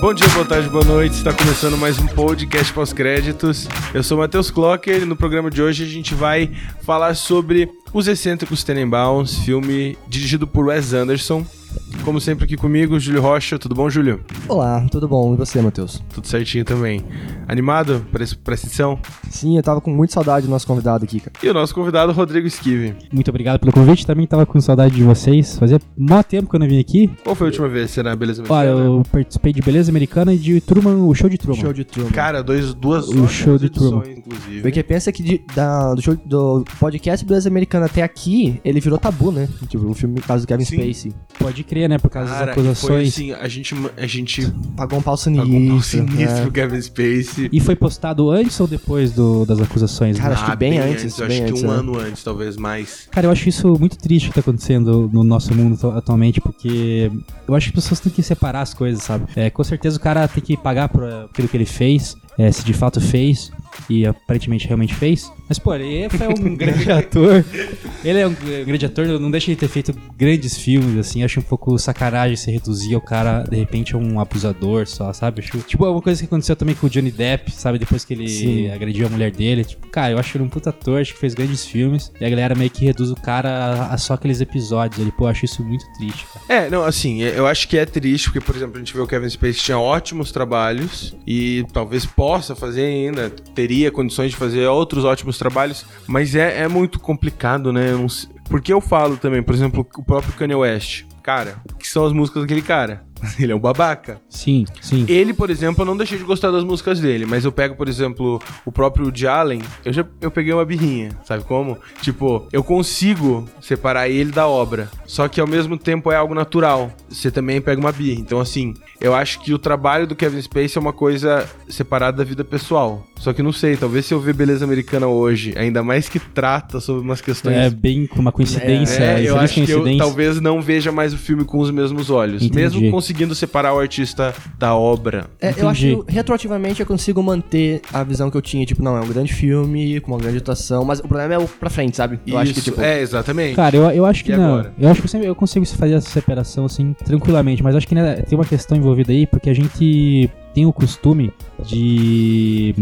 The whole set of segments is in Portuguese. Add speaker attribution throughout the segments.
Speaker 1: Bom dia, boa tarde, boa noite. Está começando mais um podcast pós-créditos. Eu sou Matheus Clocker e no programa de hoje a gente vai falar sobre Os Excêntricos Tenenbaums, filme dirigido por Wes Anderson. Como sempre aqui comigo, Júlio Rocha. Tudo bom, Júlio?
Speaker 2: Olá, tudo bom? E você, Matheus?
Speaker 1: Tudo certinho também. Animado para esse- para essa edição?
Speaker 2: Sim, eu tava com muita saudade do nosso convidado aqui, cara.
Speaker 1: E o nosso convidado, Rodrigo Esquive.
Speaker 3: Muito obrigado pelo convite. Também tava com saudade de vocês. Fazia mó tempo que eu não vim aqui.
Speaker 1: Qual foi a última vez? Será Beleza
Speaker 3: Olha,
Speaker 1: Americana?
Speaker 3: eu participei de Beleza Americana e de Truman, o show de Truman.
Speaker 2: Show de Truman.
Speaker 1: Cara, dois, duas
Speaker 3: O show
Speaker 1: duas
Speaker 3: de
Speaker 1: edições,
Speaker 3: Truman.
Speaker 1: inclusive.
Speaker 2: Porque pensa que de- da- do, show, do podcast Beleza Americana até aqui, ele virou tabu, né? Tipo, o filme, no caso do Kevin
Speaker 1: Sim.
Speaker 2: Spacey.
Speaker 3: Pode crer, né? Por causa
Speaker 1: Cara,
Speaker 3: das
Speaker 1: e foi
Speaker 3: acusações.
Speaker 1: assim, a gente, a gente
Speaker 2: Pagou um pau
Speaker 1: pagou um pau
Speaker 2: sinistro.
Speaker 1: sinistro
Speaker 2: né?
Speaker 1: pro Kevin Spacey.
Speaker 3: E foi postado antes ou depois do- das acusações? né?
Speaker 2: Cara, acho que bem antes,
Speaker 1: eu
Speaker 2: bem
Speaker 1: Ah, acho que
Speaker 2: antes,
Speaker 1: um
Speaker 2: né?
Speaker 1: ano antes, talvez mais.
Speaker 3: Cara, eu acho isso muito triste o que tá acontecendo no nosso mundo atu- atualmente, porque eu acho que as pessoas têm que separar as coisas, sabe? É, com certeza o cara tem que pagar por eh, aquilo que ele fez, eh, se de fato fez, e aparentemente realmente fez. Mas, pô, ele foi um grande ator. Ele é um eh, grande ator, não deixa ele ter feito grandes filmes, assim. Acho um pouco sacanagem se reduzir ao cara, de repente, a um abusador só, sabe? Acho- tipo, é uma coisa que aconteceu também com o Johnny Depp, sabe? Depois que ele
Speaker 2: Sim.
Speaker 3: agrediu a mulher dele. Tipo, cara, eu acho ele um puta ator, acho que fez grandes filmes. E a galera meio que reduz o cara a, a só aqueles episódios ali. Pô, eu acho isso muito triste, cara.
Speaker 1: É, não, assim, eu acho que é triste, porque, por exemplo, a gente vê o Kevin Spacey tinha ótimos trabalhos e talvez possa fazer ainda, teria condições de fazer outros ótimos trabalhos, mas é, é muito complicado, né? Eu não sei- porque eu falo também, por exemplo, o próprio Kanye West. Cara, o que são as músicas daquele cara? Ele é um babaca.
Speaker 3: Sim, sim.
Speaker 1: Ele, por exemplo, eu não deixei de gostar das músicas dele, mas eu pego, por exemplo, o próprio Woody Allen, eu já eu peguei uma birrinha, sabe como? Tipo, eu consigo separar ele da obra, só que ao mesmo tempo é algo natural. Você também pega uma birra. Então, assim, eu acho que o trabalho do Kevin Spacey é uma coisa separada da vida pessoal. Só que não sei, talvez se eu ver Beleza Americana hoje, ainda mais que trata sobre umas questões
Speaker 3: É bem com uma coincidência,
Speaker 1: é, eu
Speaker 3: infeliz
Speaker 1: acho que eu
Speaker 3: coincidência.
Speaker 1: talvez não veja mais o filme com os mesmos olhos.
Speaker 3: Entendi.
Speaker 1: Mesmo conseguindo separar o artista da obra.
Speaker 2: É, eu acho que
Speaker 3: Entendi.
Speaker 2: eu- retroativamente eu consigo manter a visão que eu tinha. Tipo, não, é um grande filme, com uma grande atuação, mas o problema é o pra frente, sabe? Eu acho que,
Speaker 1: Isso,
Speaker 2: tipo,
Speaker 1: É, exatamente.
Speaker 3: Cara, eu, eu acho que
Speaker 1: E
Speaker 3: não.
Speaker 1: agora?
Speaker 3: Eu acho que eu, sempre, eu consigo fazer essa separação, assim, tranquilamente. Mas acho que né, tem uma questão envolvida aí, porque a gente tem o costume de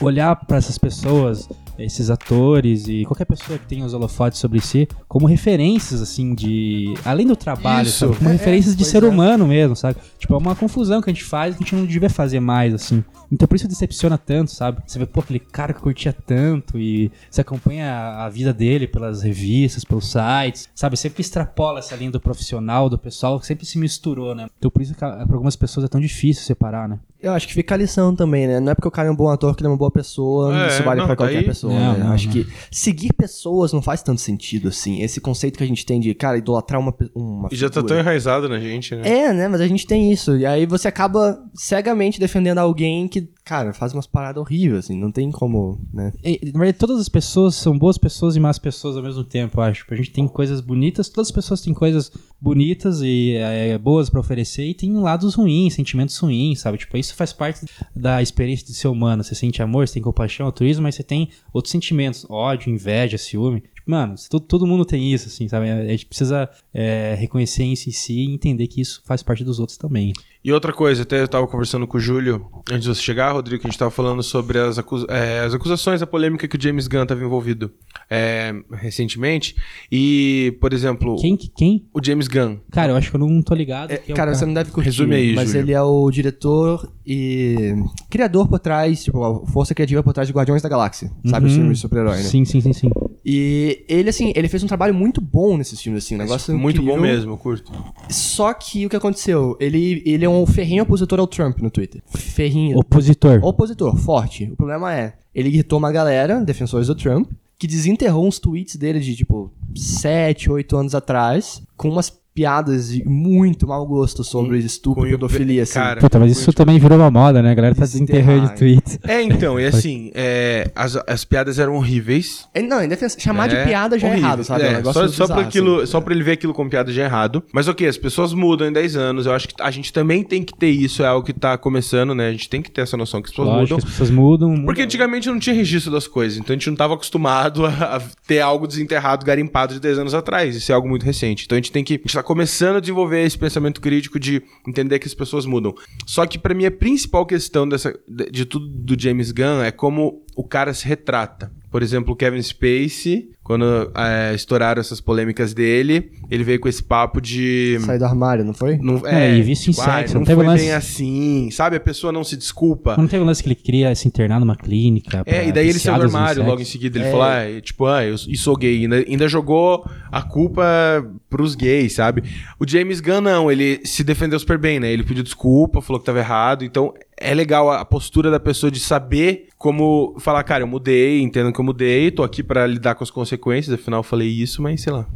Speaker 3: olhar pra essas pessoas, esses atores e qualquer pessoa que tenha os holofotes sobre si, como referências, assim, de... Além do trabalho,
Speaker 1: Isso.
Speaker 3: sabe? como
Speaker 2: É,
Speaker 3: referências de
Speaker 2: pois
Speaker 3: ser
Speaker 2: é.
Speaker 3: humano mesmo, sabe? Tipo, é uma confusão que a gente faz que a gente não devia fazer mais, assim. Então por isso decepciona tanto, sabe? Você vê, pô, aquele cara que eu curtia tanto e você acompanha a, a vida dele pelas revistas, pelos sites, sabe? Sempre extrapola essa linha do profissional, do pessoal, que sempre se misturou, né? Então por isso que pra algumas pessoas é tão difícil separar, né?
Speaker 2: Eu acho que fica a lição também, né? Não é porque o cara é um bom ator que ele é uma boa pessoa,
Speaker 1: É,
Speaker 2: isso vale
Speaker 1: não,
Speaker 2: pra qualquer
Speaker 1: daí-
Speaker 2: pessoa,
Speaker 3: Não,
Speaker 2: né?
Speaker 3: não,
Speaker 2: acho
Speaker 3: não.
Speaker 2: que seguir pessoas não faz tanto sentido, assim. Esse conceito que a gente tem de, cara, idolatrar uma, pe- uma
Speaker 1: E já tá tão
Speaker 2: figura.
Speaker 1: enraizado na gente, né?
Speaker 2: É, né? Mas a gente tem isso. E aí você acaba cegamente defendendo alguém que, cara, faz umas paradas horríveis, assim. Não tem como, né?
Speaker 3: E, na verdade, todas as pessoas são boas pessoas e más pessoas ao mesmo tempo, eu acho. Tipo, A gente tem coisas bonitas, todas as pessoas têm coisas bonitas e é, boas pra oferecer, e tem lados ruins, sentimentos ruins, sabe? Tipo, isso faz parte da experiência de ser humano. Você sente amor, você tem compaixão, altruísmo, mas você tem outros sentimentos, ódio, inveja, ciúme. Tipo, mano, to- todo mundo tem isso, assim, sabe? A gente precisa é, reconhecer isso em si e entender que isso faz parte dos outros também.
Speaker 1: E outra coisa, até eu tava conversando com o Júlio antes de você chegar, Rodrigo, que a gente tava falando sobre as, acu- é, as acusações, a polêmica que o James Gunn tava envolvido é, recentemente. E, por exemplo,
Speaker 3: Quem que quem?
Speaker 1: o James Gunn. né?
Speaker 3: Cara, eu acho que eu não tô ligado.
Speaker 2: É,
Speaker 3: que é o
Speaker 2: cara, você não deve curtir.
Speaker 1: Resume aí,
Speaker 2: Mas
Speaker 1: Júlio.
Speaker 2: ele é o diretor e criador por trás, tipo, a força criativa por trás de Guardiões da Galáxia, sabe? Os
Speaker 3: Uhum.
Speaker 2: filmes de super-herói, né?
Speaker 3: Sim, sim, sim, sim.
Speaker 2: E ele, assim, ele fez um trabalho muito bom nesses filmes, assim. Um negócio
Speaker 1: Muito
Speaker 2: incrível.
Speaker 1: bom mesmo, eu curto.
Speaker 2: Só que o que aconteceu? Ele, ele é um ferrinho opositor ao Trump no Twitter. Ferrinho.
Speaker 3: Opositor.
Speaker 2: Opositor, forte. O problema é, ele irritou uma galera, defensores do Trump, que desenterrou uns tweets dele de, tipo, 7, 8 anos atrás, com umas piadas de muito mau gosto sobre estupro e
Speaker 1: cunho-
Speaker 2: pedofilia, assim.
Speaker 1: cara,
Speaker 3: Puta, mas isso também virou uma moda, né? A galera tá
Speaker 2: Desenterrar,
Speaker 3: desenterrando de tweet.
Speaker 1: É, então, e assim, é, as, as piadas eram horríveis.
Speaker 2: É, Não, ainda chamar
Speaker 1: É,
Speaker 2: de piada já
Speaker 1: horrível.
Speaker 2: é errado, sabe? É um negócio
Speaker 1: só, só,
Speaker 2: bizarro,
Speaker 1: pra aquilo,
Speaker 2: assim.
Speaker 1: só pra ele ver aquilo como piada já é errado. Mas ok, as pessoas mudam em 10 anos. Eu acho que a gente também tem que ter isso. É algo que tá começando, né? A gente tem que ter essa noção que as pessoas
Speaker 3: Lógico, as
Speaker 1: mudam.
Speaker 3: pessoas mudam. mudam.
Speaker 1: Porque tipo, antigamente não tinha registro das coisas, então a gente não tava acostumado a, a ter algo desenterrado, garimpado de 10 anos atrás. Isso é algo muito recente. Então a gente tem que. A gente tá tá começando a desenvolver esse pensamento crítico de entender que as pessoas mudam. Só que pra mim a principal questão dessa, de, de tudo do James Gunn é como o cara se retrata. Por exemplo, o Kevin Spacey, quando é, estouraram essas polêmicas dele, ele veio com esse papo de.
Speaker 2: Sair do armário, não foi?
Speaker 1: Não,
Speaker 3: É, e vice em
Speaker 1: tipo, ai,
Speaker 3: sexo,
Speaker 1: não
Speaker 3: não teve
Speaker 1: foi
Speaker 3: lance-
Speaker 1: bem assim, sabe? A pessoa não se desculpa.
Speaker 3: Não teve um lance que ele queria se internar numa clínica. pra
Speaker 1: É, e daí ele saiu do
Speaker 3: viciados no
Speaker 1: armário
Speaker 3: sexo?
Speaker 1: logo em seguida. Ele
Speaker 2: É.
Speaker 1: falou, ah, e tipo, ah, eu e sou gay. Ainda, ainda jogou a culpa pros gays, sabe? O James Gunn, não, ele se defendeu super bem, né? Ele pediu desculpa, falou que tava errado. Então, é legal a, a postura da pessoa de saber como falar, cara, eu mudei, entendo que eu mudei, tô aqui pra lidar com as consequências. Afinal, eu falei isso, mas sei lá.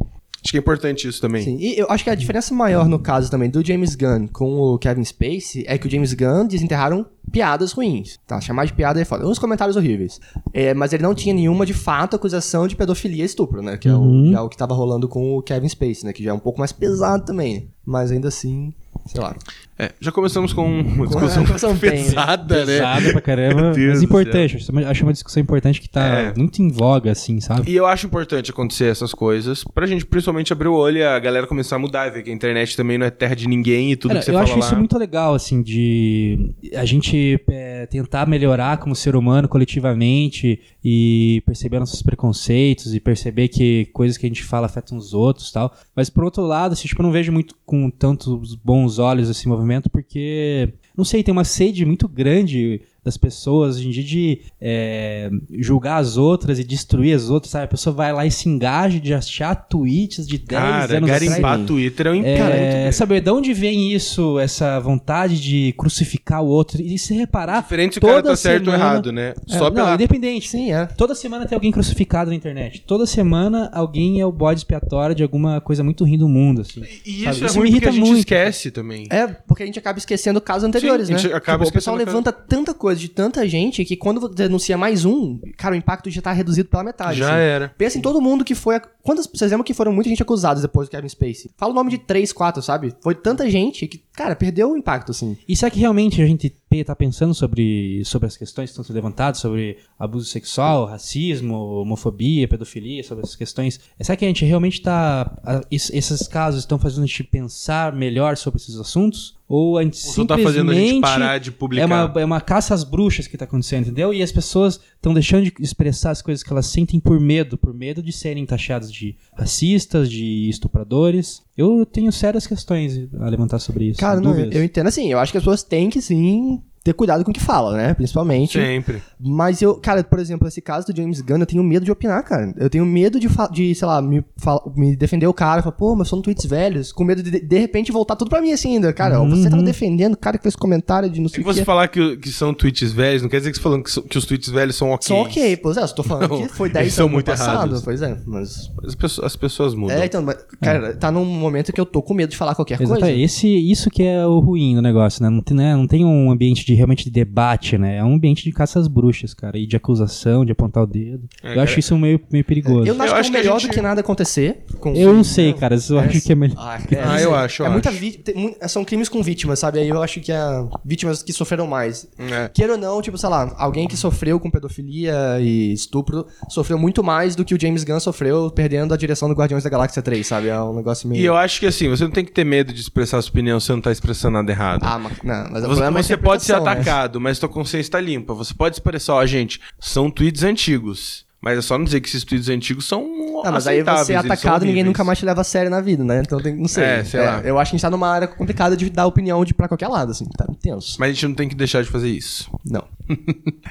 Speaker 1: Acho que é importante isso também.
Speaker 2: Sim, e eu acho que a diferença maior no caso também do James Gunn com o Kevin Spacey é que o James Gunn desenterraram piadas ruins, tá? Chamar de piada é foda. Uns comentários horríveis. É, mas ele não tinha nenhuma, de fato, acusação de pedofilia e estupro, né? Que é, o,
Speaker 3: Uhum.
Speaker 2: que é o que tava rolando com o Kevin Spacey, né? Que já é um pouco mais pesado também. Mas ainda assim, sei lá.
Speaker 1: É, já começamos com uma discussão
Speaker 2: discussão bem, né?
Speaker 1: pesada, né?
Speaker 3: Pesado pra
Speaker 1: Meu
Speaker 3: caramba.
Speaker 1: Deus
Speaker 3: Mas
Speaker 1: do
Speaker 3: importante, acho uma- acho uma discussão importante que tá
Speaker 1: É.
Speaker 3: muito em voga, assim, sabe?
Speaker 1: E eu acho importante acontecer essas coisas pra gente principalmente abrir o olho e a galera começar a mudar, ver que a internet também não é terra de ninguém e tudo
Speaker 3: Cara,
Speaker 1: que você
Speaker 3: eu
Speaker 1: fala lá.
Speaker 3: acho isso muito legal, assim, de a gente é, tentar melhorar como ser humano coletivamente e perceber nossos preconceitos e perceber que coisas que a gente fala afetam os outros e tal. Mas por outro lado, assim, tipo, eu não vejo muito com tantos bons olhos esse movimento, porque, não sei, tem uma sede muito grande das pessoas hoje em dia de é, julgar as outras e destruir as outras, sabe? A pessoa vai lá e se engaja de achar tweets de 10
Speaker 1: Cara,
Speaker 3: anos atrás.
Speaker 1: garimpar Twitter é um
Speaker 3: É,
Speaker 1: impacto.
Speaker 3: saber de onde vem isso, essa vontade de crucificar o outro e se reparar.
Speaker 1: Diferente se o cara
Speaker 3: toda
Speaker 1: tá certo
Speaker 3: semana-
Speaker 1: ou errado, né?
Speaker 3: É,
Speaker 1: Só
Speaker 3: não,
Speaker 1: pela...
Speaker 3: independente.
Speaker 2: Sim, é.
Speaker 3: Toda semana tem alguém crucificado na internet. Toda semana alguém é o bode expiatório de alguma coisa muito ruim do mundo, assim.
Speaker 1: E
Speaker 3: sabe,
Speaker 1: isso é
Speaker 3: isso me
Speaker 1: ruim porque
Speaker 3: irrita
Speaker 1: a gente
Speaker 3: muito.
Speaker 1: esquece também.
Speaker 2: É, porque a gente acaba esquecendo casos anteriores,
Speaker 1: Sim, a
Speaker 2: né?
Speaker 1: gente acaba
Speaker 2: Tipo, o pessoal
Speaker 1: esquecendo
Speaker 2: levanta tanta coisa de tanta gente que quando você denuncia mais um, cara, o impacto já tá reduzido pela metade.
Speaker 1: Já
Speaker 2: assim.
Speaker 1: era.
Speaker 2: Pensa em todo mundo que foi. Quantas, vocês lembram que foram muita gente acusada depois do Kevin Spacey? Fala o nome de três, quatro, sabe? Foi tanta gente que, cara, perdeu o impacto, assim.
Speaker 3: E será que realmente a gente pe- tá pensando sobre, sobre as questões que estão sendo levantadas, sobre abuso sexual, racismo, homofobia, pedofilia, sobre essas questões? É, Será que a gente realmente tá. a- es- esses casos estão fazendo a gente pensar melhor sobre esses assuntos? Ou a gente
Speaker 1: Só tá
Speaker 3: simplesmente
Speaker 1: fazendo a gente parar de
Speaker 3: é
Speaker 1: publicar.
Speaker 3: uma, é uma caça às bruxas que tá acontecendo, entendeu? E as pessoas estão deixando de expressar as coisas que elas sentem por medo, por medo de serem taxadas de racistas, de estupradores. Eu tenho sérias questões a levantar sobre isso.
Speaker 2: Cara, não, eu,
Speaker 3: dúvidas.
Speaker 2: eu entendo assim. Eu acho que as pessoas têm que, sim, ter cuidado com o que falam, né? Principalmente.
Speaker 1: Sempre.
Speaker 2: Mas eu, cara, por exemplo, esse caso do James Gunn, eu tenho medo de opinar, cara. Eu tenho medo de, fa- de sei lá, me, fal- me defender o cara, falar, pô, mas são tweets velhos, com medo de de repente voltar tudo pra mim assim ainda. Cara, ó, você tava defendendo o cara que fez comentário de não
Speaker 1: E
Speaker 2: sei o
Speaker 3: é-
Speaker 1: você
Speaker 2: quê.
Speaker 1: falar É que, que são tweets velhos, não quer dizer que você tá falando que, são- que os tweets velhos são ok.
Speaker 2: São ok, pô, é, eu tô falando
Speaker 1: Não,
Speaker 2: que foi
Speaker 1: eles
Speaker 2: 10
Speaker 1: são
Speaker 2: anos
Speaker 1: muito
Speaker 2: passado,
Speaker 1: errados.
Speaker 2: pois é, mas
Speaker 1: As pessoas, as pessoas mudam.
Speaker 2: É, então, mas, cara, tá num momento que eu tô com medo de falar qualquer
Speaker 3: Exato,
Speaker 2: coisa.
Speaker 3: Esse, isso que é o ruim do negócio, né? Não tem, né? Não tem um ambiente de realmente de debate, né? É um ambiente de caça às bruxas, cara, e de acusação, de apontar o dedo.
Speaker 1: É,
Speaker 3: eu
Speaker 1: cara.
Speaker 3: acho isso meio, meio perigoso.
Speaker 2: Eu
Speaker 3: eu,
Speaker 2: não acho,
Speaker 1: Eu
Speaker 2: que
Speaker 1: acho
Speaker 2: é o
Speaker 1: que a
Speaker 2: melhor
Speaker 1: gente-
Speaker 2: do que nada acontecer. Com né?
Speaker 3: não sei, cara, eu acho que é melhor.
Speaker 2: Ah,
Speaker 1: Ah, eu acho, eu
Speaker 2: é muita
Speaker 1: acho.
Speaker 2: vi- tem mu- São crimes com vítimas, sabe? Aí eu acho que é vítimas que sofreram mais.
Speaker 1: É.
Speaker 2: Queira ou não, tipo, sei lá, alguém que sofreu com pedofilia e estupro sofreu muito mais do que o James Gunn sofreu perdendo a direção do Guardiões da Galáxia 3, sabe? É um negócio meio.
Speaker 1: E eu acho que assim, você não tem que ter medo de expressar sua opinião se você não tá expressando nada errado.
Speaker 2: Ah, mas, não, mas o
Speaker 1: Você,
Speaker 2: problema é
Speaker 1: você
Speaker 2: a
Speaker 1: pode ser
Speaker 2: interpretação, né?
Speaker 1: atacado, mas sua consciência tá limpa. Você pode expressar, ó, gente, são tweets antigos. Mas é só não dizer que esses tweets antigos são
Speaker 2: Ah, mas aí
Speaker 1: aceitáveis,
Speaker 2: você é
Speaker 1: eles são
Speaker 2: atacado ninguém
Speaker 1: horríveis.
Speaker 2: nunca mais te leva a sério na vida, né? Então tem, não sei.
Speaker 1: É, sei lá.
Speaker 2: Eu acho que a gente tá numa área complicada de dar opinião de pra qualquer lado, assim. Tá intenso.
Speaker 1: Mas a gente não tem que deixar de fazer isso.
Speaker 2: Não.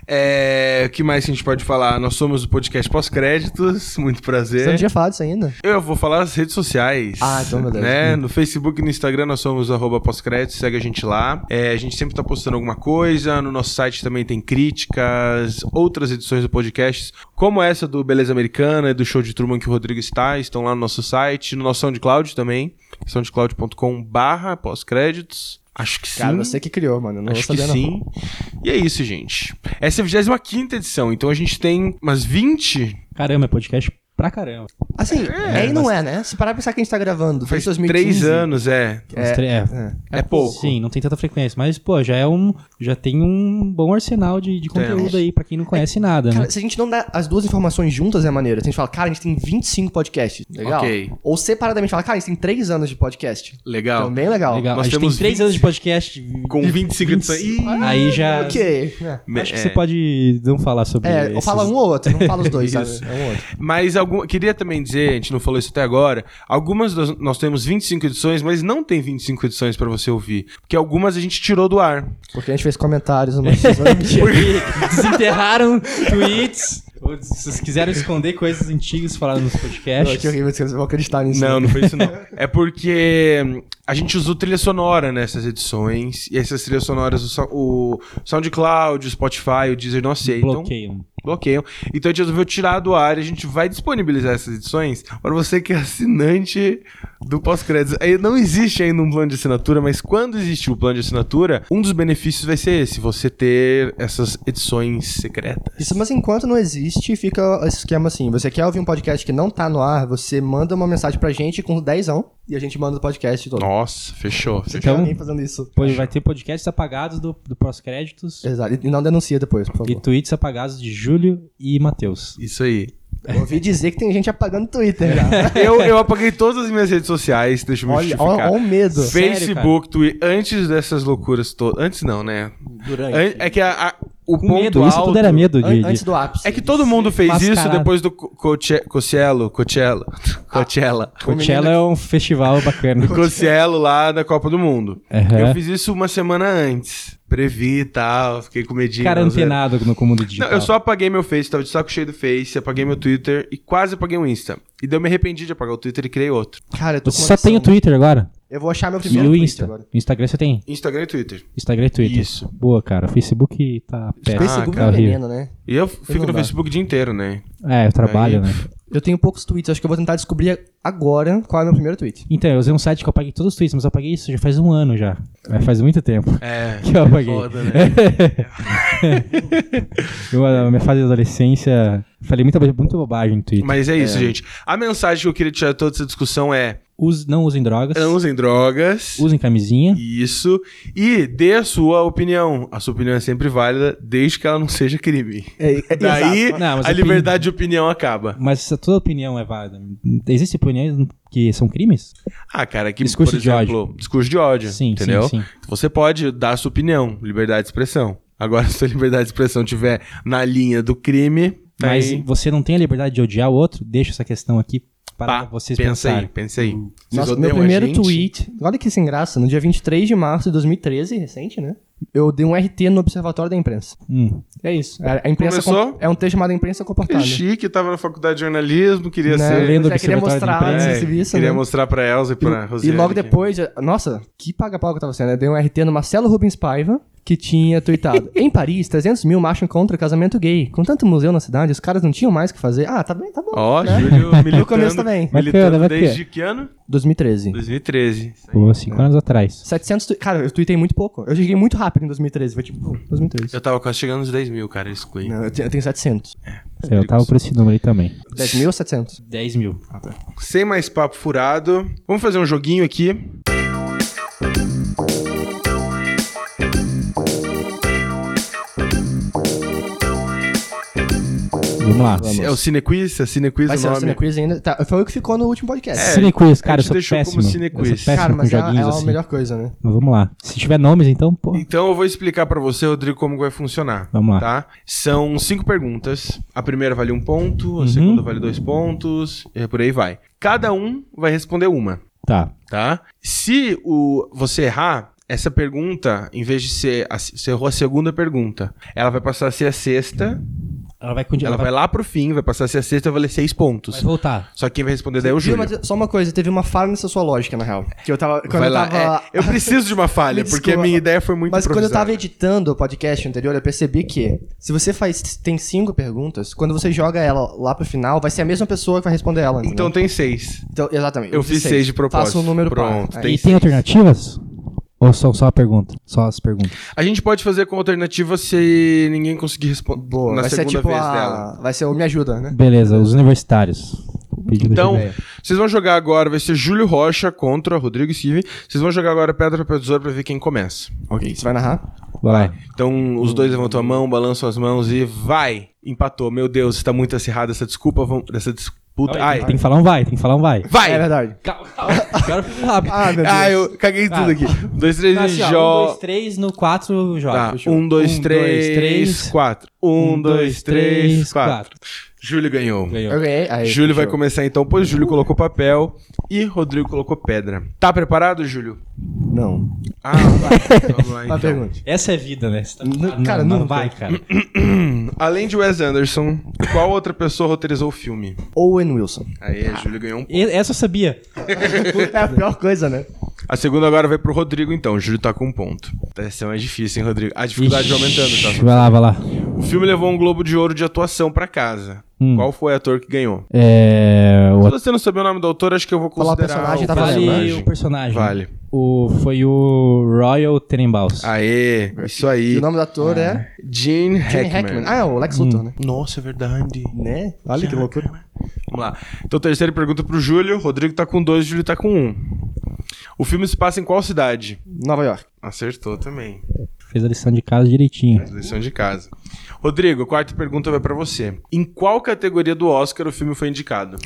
Speaker 1: É, o que mais que a gente pode falar? Nós somos o podcast pós-créditos, muito
Speaker 2: Você não
Speaker 1: prazer.
Speaker 2: tinha falado isso ainda?
Speaker 1: Eu vou falar as redes sociais.
Speaker 2: Ah, então, meu Deus.
Speaker 1: Né? No Facebook e no Instagram nós somos arroba pós-crédito, segue a gente lá. É, a gente sempre tá postando alguma coisa, no nosso site também tem críticas, outras edições do podcast, como essa do Beleza Americana e do show de Truman que o Rodrigo está, estão lá no nosso site, no nosso SoundCloud também, soundcloud.com barra pós-créditos. Acho que sim.
Speaker 2: Cara, você que criou, mano. eu Não
Speaker 1: Acho
Speaker 2: vou
Speaker 1: que
Speaker 2: saber,
Speaker 1: sim. E é isso, gente. Essa é a 25 edição, então a gente tem umas 20
Speaker 3: Caramba, é podcast pra caramba.
Speaker 2: Assim, é, e não é, né? Se parar pra pensar que a gente tá gravando,
Speaker 1: Faz
Speaker 2: desde 2015,
Speaker 1: três anos, é.
Speaker 2: É,
Speaker 3: Uns tre- é.
Speaker 1: É pouco.
Speaker 3: Sim, não tem tanta frequência, mas, pô, já é um. Já tem um bom arsenal de, de conteúdo aí pra quem não conhece nada, né?
Speaker 2: Cara, se a gente não dá as duas informações juntas é maneiro. Se a gente fala, cara, a gente tem 25 podcasts, legal.
Speaker 1: Ok.
Speaker 2: Ou separadamente fala, cara, a gente tem 3 anos de podcast.
Speaker 1: Legal.
Speaker 2: Então, bem legal.
Speaker 3: Legal.
Speaker 1: Nós
Speaker 3: a gente
Speaker 1: temos
Speaker 3: tem três
Speaker 1: 20
Speaker 3: anos de podcast.
Speaker 1: Com 25 edições. Ih,
Speaker 3: Aí já.
Speaker 2: Ah, Ok. É.
Speaker 3: Acho que
Speaker 1: é.
Speaker 3: você pode não falar sobre
Speaker 2: É, ou
Speaker 3: esses-
Speaker 2: fala um ou outro, não fala os dois, sabe?
Speaker 1: Isso.
Speaker 2: É um ou outro.
Speaker 1: Mas algum, queria também dizer, a gente não falou isso até agora, algumas das- nós temos 25 edições, mas não tem 25 edições pra você ouvir, porque algumas a gente tirou do ar.
Speaker 2: Porque a gente fez comentários numa episódio.
Speaker 3: Desenterraram tweets. ou Vocês quiseram esconder coisas antigas faladas nos
Speaker 2: Não, que
Speaker 3: podcasts.
Speaker 2: horrível, vocês vão acreditar nisso.
Speaker 1: É, Não, não foi isso não. É porque hum, a gente usou trilha sonora nessas edições, e essas trilhas sonoras o, Sou- o SoundCloud, o Spotify, o Deezer não aceitam.
Speaker 3: Bloqueiam.
Speaker 1: Bloqueiam. Então a gente resolveu tirar do ar e a gente vai disponibilizar essas edições para você que é assinante do pós-créditos. Aí Não existe ainda um plano de assinatura, mas quando existir o plano de assinatura, um dos benefícios vai ser esse: você ter essas edições secretas.
Speaker 2: Isso, mas enquanto não existe, fica esse esquema assim. Você quer ouvir um podcast que não tá no ar, você manda uma mensagem pra gente com 10 e a gente manda o podcast todo.
Speaker 1: Nossa, fechou.
Speaker 2: Você
Speaker 3: Então-
Speaker 2: tem alguém fazendo isso.
Speaker 3: Pô, vai ter podcasts apagados do, do pós-créditos
Speaker 2: Exato. E não denuncia depois, por favor.
Speaker 3: e tweets apagados de Júlio e Matheus.
Speaker 1: Isso aí.
Speaker 2: Eu ouvi dizer que tem gente apagando o Twitter, cara.
Speaker 1: Eu, eu apaguei todas as minhas redes sociais, deixa eu me
Speaker 2: olha,
Speaker 1: justificar.
Speaker 2: olha, olha o medo.
Speaker 1: Facebook, Twitter, antes dessas loucuras todas. Antes não, né?
Speaker 2: Durante.
Speaker 1: An- É que a- a- o
Speaker 3: Com
Speaker 1: ponto
Speaker 3: medo, isso
Speaker 1: alto-
Speaker 3: tudo era medo de.
Speaker 2: An-
Speaker 3: de-
Speaker 2: antes do ápice.
Speaker 1: É que todo mundo fez isso
Speaker 3: mascarado.
Speaker 1: depois do Co- Coche- Coachella, Coachella, Coachella,
Speaker 3: Coachella é um festival bacana.
Speaker 1: do Coachella lá da Copa do Mundo.
Speaker 3: Aham.
Speaker 1: Eu fiz isso uma semana antes, previ e tal, fiquei com medinho.
Speaker 3: Cara
Speaker 1: não sei.
Speaker 3: antenado no mundo
Speaker 1: Não,
Speaker 3: digital.
Speaker 1: eu só apaguei meu Face, tava de saco cheio do Face, apaguei meu Twitter e quase apaguei o Insta. E daí eu me arrependi de apagar o Twitter e criei outro.
Speaker 2: Cara, eu tô
Speaker 3: Você
Speaker 2: com
Speaker 3: só tem o
Speaker 2: noção.
Speaker 3: Twitter agora?
Speaker 2: Eu vou achar meu
Speaker 3: E
Speaker 2: primeiro
Speaker 3: o
Speaker 2: tweet
Speaker 3: Insta?
Speaker 2: agora.
Speaker 3: O Instagram você tem?
Speaker 1: Instagram e Twitter.
Speaker 3: Instagram e Twitter.
Speaker 1: Isso.
Speaker 3: Boa, cara. Facebook tá péssimo.
Speaker 2: Facebook
Speaker 1: Ah, cara.
Speaker 2: é um veneno, né?
Speaker 1: E eu fico
Speaker 2: não
Speaker 1: no
Speaker 2: dá.
Speaker 1: Facebook o dia inteiro, né?
Speaker 3: É, eu trabalho,
Speaker 1: Aí-
Speaker 3: né?
Speaker 2: Eu tenho poucos tweets, acho que eu vou tentar descobrir agora qual é o meu primeiro tweet.
Speaker 3: Então, eu usei um site que eu apaguei todos os tweets, mas eu apaguei isso já faz um ano já. É, faz muito tempo
Speaker 1: É.
Speaker 3: que eu apaguei. É.
Speaker 1: Foda, né?
Speaker 3: Eu, na minha fase de adolescência, falei muita, muita bobagem no Twitter.
Speaker 1: Mas é isso, gente. A mensagem que eu queria tirar de toda essa discussão é:
Speaker 3: Use- não usem drogas,
Speaker 1: não usem drogas.
Speaker 3: usem camisinha.
Speaker 1: Isso. E dê a sua opinião. A sua opinião é sempre válida, desde que ela não seja crime.
Speaker 2: É,
Speaker 1: Daí
Speaker 3: Não, mas é
Speaker 1: a
Speaker 3: opini-
Speaker 1: liberdade de opinião acaba.
Speaker 3: Mas a tua opinião é válida. Existem opiniões que são crimes?
Speaker 1: Ah, cara, que
Speaker 3: Discurso
Speaker 1: por
Speaker 3: de
Speaker 1: exemplo, discurso de ódio,
Speaker 3: Sim,
Speaker 1: entendeu?
Speaker 3: sim, sim.
Speaker 1: Você pode dar a sua opinião, liberdade de expressão. Agora, se a liberdade de expressão estiver na linha do crime, tá
Speaker 3: Mas
Speaker 1: aí,
Speaker 3: você não tem a liberdade de odiar o outro? Deixa essa questão aqui para
Speaker 1: pá,
Speaker 3: vocês
Speaker 1: pensa
Speaker 3: pensarem.
Speaker 1: aí, pensa aí. Vocês
Speaker 2: Nossa,
Speaker 1: odeiam
Speaker 2: meu
Speaker 1: a
Speaker 2: primeiro
Speaker 1: gente?
Speaker 2: tweet. Olha que sem graça. No dia 23 de março de 2013, recente, né? Eu dei um RT no Observatório da Imprensa.
Speaker 3: Hum.
Speaker 2: É isso. A, a imprensa
Speaker 1: Começou?
Speaker 2: com- é um texto chamado Imprensa
Speaker 1: Que
Speaker 2: Comportada.
Speaker 1: chique, tava na faculdade de jornalismo, queria
Speaker 2: Né?
Speaker 1: ser.
Speaker 3: lendo
Speaker 2: Eu
Speaker 3: o
Speaker 2: já queria
Speaker 3: Observatório da
Speaker 2: mostrar
Speaker 3: Imprensa.
Speaker 2: esse
Speaker 1: É,
Speaker 2: serviço,
Speaker 1: queria
Speaker 2: né?
Speaker 1: mostrar pra Elza e pra
Speaker 2: E
Speaker 1: Rosiane.
Speaker 2: logo
Speaker 1: aqui.
Speaker 2: depois, nossa, que paga-pau que eu tava sendo. Eu dei um RT no Marcelo Rubens Paiva, que tinha tweetado: Em Paris, 300 mil marcham contra casamento gay. Com tanto museu na cidade, os caras não tinham mais o que fazer. Ah, tá bem, tá bom.
Speaker 1: Ó, Júlio militando.
Speaker 2: começo também.
Speaker 1: Militando
Speaker 3: Bacana, bacana.
Speaker 1: desde que ano?
Speaker 2: 2013.
Speaker 1: 2013.
Speaker 3: Pô, cinco anos atrás.
Speaker 2: 700. tu- Cara, eu tweetei muito pouco. Eu cheguei muito rápido em 2013. Foi tipo, pum, 2013.
Speaker 1: Eu tava quase chegando nos 10 mil, cara, isso aí.
Speaker 2: Não, eu te- eu tenho 700.
Speaker 3: Eu tava por esse número aí também.
Speaker 2: 10.700.
Speaker 3: 10 mil.
Speaker 1: Sem mais papo furado, vamos fazer um joguinho aqui.
Speaker 3: Vamos lá.
Speaker 1: É o Cinequiz? É Cinequiz
Speaker 2: Vai
Speaker 1: o
Speaker 2: ser o
Speaker 1: nome? É.
Speaker 2: Cinequiz ainda. Tá, foi o que ficou no último podcast.
Speaker 3: Cinequiz,
Speaker 1: a
Speaker 3: cara, eu
Speaker 1: gente
Speaker 3: sou
Speaker 1: deixou como
Speaker 3: péssimo.
Speaker 1: cinequiz.
Speaker 3: Eu sou péssimo
Speaker 2: Cara,
Speaker 3: com
Speaker 2: mas é, a-
Speaker 3: joguinhos
Speaker 2: é a
Speaker 3: assim.
Speaker 2: melhor coisa, né?
Speaker 3: Mas vamos lá. Se tiver nomes, então, pô.
Speaker 1: Então eu vou explicar pra você, Rodrigo, como vai funcionar.
Speaker 3: Vamos lá.
Speaker 1: Tá? São cinco perguntas. A primeira vale um ponto, a segunda vale dois pontos, e por aí vai. Cada um vai responder uma,
Speaker 3: Tá.
Speaker 1: tá? Se o você errar, essa pergunta, em vez de ser. A, você errou a segunda pergunta, ela vai passar a ser a sexta.
Speaker 3: Ela vai continuar.
Speaker 1: Ela, vai lá pro fim, vai passar a ser a sexta, vai valer seis pontos.
Speaker 3: vai voltar.
Speaker 1: Só quem vai responder daí é o
Speaker 2: Viu,
Speaker 1: Júlio.
Speaker 2: Matheus? só uma coisa, teve uma falha nessa sua lógica, na real. Que eu tava. Quando
Speaker 1: Vai
Speaker 2: eu
Speaker 1: lá.
Speaker 2: tava.
Speaker 1: É, eu preciso de uma falha,
Speaker 2: Me
Speaker 1: porque a
Speaker 2: desculpa.
Speaker 1: minha ideia foi muito
Speaker 2: Mas quando eu
Speaker 1: improvisada.
Speaker 2: tava editando o podcast anterior, eu percebi que se você faz tem cinco perguntas, quando você joga ela lá pro final, vai ser a mesma pessoa que vai responder ela.
Speaker 1: Então
Speaker 2: entendeu?
Speaker 1: tem seis.
Speaker 2: Então, exatamente.
Speaker 1: Eu fiz seis de propósito.
Speaker 2: Faça um número
Speaker 1: Pronto,
Speaker 2: par.
Speaker 1: tem
Speaker 3: e tem alternativas? Ou só, só a pergunta? Só as perguntas.
Speaker 1: A gente pode fazer com alternativa se ninguém conseguir responder
Speaker 2: Boa,
Speaker 1: na
Speaker 2: vai ser
Speaker 1: segunda
Speaker 2: tipo
Speaker 1: vez
Speaker 2: a...
Speaker 1: dela.
Speaker 2: Vai ser o Me Ajuda, né?
Speaker 3: Beleza, os universitários. pedindo
Speaker 1: Então,
Speaker 2: ideia.
Speaker 1: vocês vão jogar agora, vai ser Júlio Rocha contra Rodrigo Steven. Vocês vão jogar agora pedra, papel, tesoura pra ver quem começa.
Speaker 2: Ok, você vai narrar?
Speaker 3: ajuda. Vai.
Speaker 1: Então, os dois levantam a mão, balançam as mãos e vai! Empatou. Meu Deus, está muito acirrada essa desculpa, vamos, essa disputa. Ai,
Speaker 3: Tem que falar um vai, tem que falar um vai.
Speaker 1: vai!
Speaker 2: É verdade.
Speaker 3: Calma, calma. Agora ficou rápido.
Speaker 2: Ah, meu Deus.
Speaker 1: Ah, eu caguei tudo
Speaker 3: Ah.
Speaker 1: aqui. Um, dois, três,
Speaker 3: Tá assim, ó,
Speaker 1: jo-
Speaker 3: um, dois, três, no quatro, joga.
Speaker 1: Tá,
Speaker 3: Fechou.
Speaker 1: um, dois, três,
Speaker 3: três,
Speaker 1: quatro. Um, dois, três, quatro. Júlio ganhou.
Speaker 3: Ganhou.
Speaker 2: Ok, aí,
Speaker 1: Júlio vai
Speaker 2: É, fechou.
Speaker 1: começar então, pois Júlio colocou papel e Rodrigo colocou pedra. Tá preparado, Júlio?
Speaker 2: Não.
Speaker 1: Ah, vai. Vamos lá,
Speaker 2: Uma
Speaker 1: então.
Speaker 2: pergunta.
Speaker 3: Essa é vida, né? Você tá-
Speaker 2: N-
Speaker 3: Ah,
Speaker 2: cara,
Speaker 3: não,
Speaker 2: nunca.
Speaker 3: vai, cara.
Speaker 1: Além de Wes Anderson, qual outra pessoa roteirizou o filme?
Speaker 2: Owen Wilson.
Speaker 1: Aí, a Júlio ganhou um.
Speaker 3: E- Essa eu sabia.
Speaker 2: É a pior coisa, né?
Speaker 1: A segunda agora vai pro Rodrigo, então. O Júlio tá com um ponto. Essa é mais difícil, hein, Rodrigo? A dificuldade vai aumentando, tá?
Speaker 3: Vai lá, vai lá.
Speaker 1: O filme levou um Globo de Ouro de atuação pra casa. Qual foi o ator que ganhou?
Speaker 3: É.
Speaker 1: Se
Speaker 3: O...
Speaker 1: você não saber o nome do autor, acho que eu vou
Speaker 2: Falar o
Speaker 1: considerar...
Speaker 2: personagem,
Speaker 1: o
Speaker 2: tá valendo.
Speaker 3: Vale
Speaker 1: personagem.
Speaker 3: o personagem.
Speaker 1: Vale. Ah.
Speaker 3: O, foi o Royal Tenenbaums.
Speaker 1: Aê, isso
Speaker 2: E
Speaker 1: aí.
Speaker 2: o nome do ator é
Speaker 1: Gene
Speaker 2: Jimmy
Speaker 1: Hackman.
Speaker 2: Hackman. Ah, é o Lex Luthor, né?
Speaker 1: Nossa, é verdade.
Speaker 2: Né? Olha que loucura.
Speaker 1: Vamos lá. Então, terceira pergunta pro Júlio. Rodrigo tá com dois, Júlio tá com um. O filme se passa em qual cidade?
Speaker 2: Nova York.
Speaker 1: Acertou também.
Speaker 3: Fez a lição de casa direitinho.
Speaker 1: Lição de casa. Rodrigo, a quarta pergunta vai pra você. Em qual categoria do Oscar o filme foi indicado?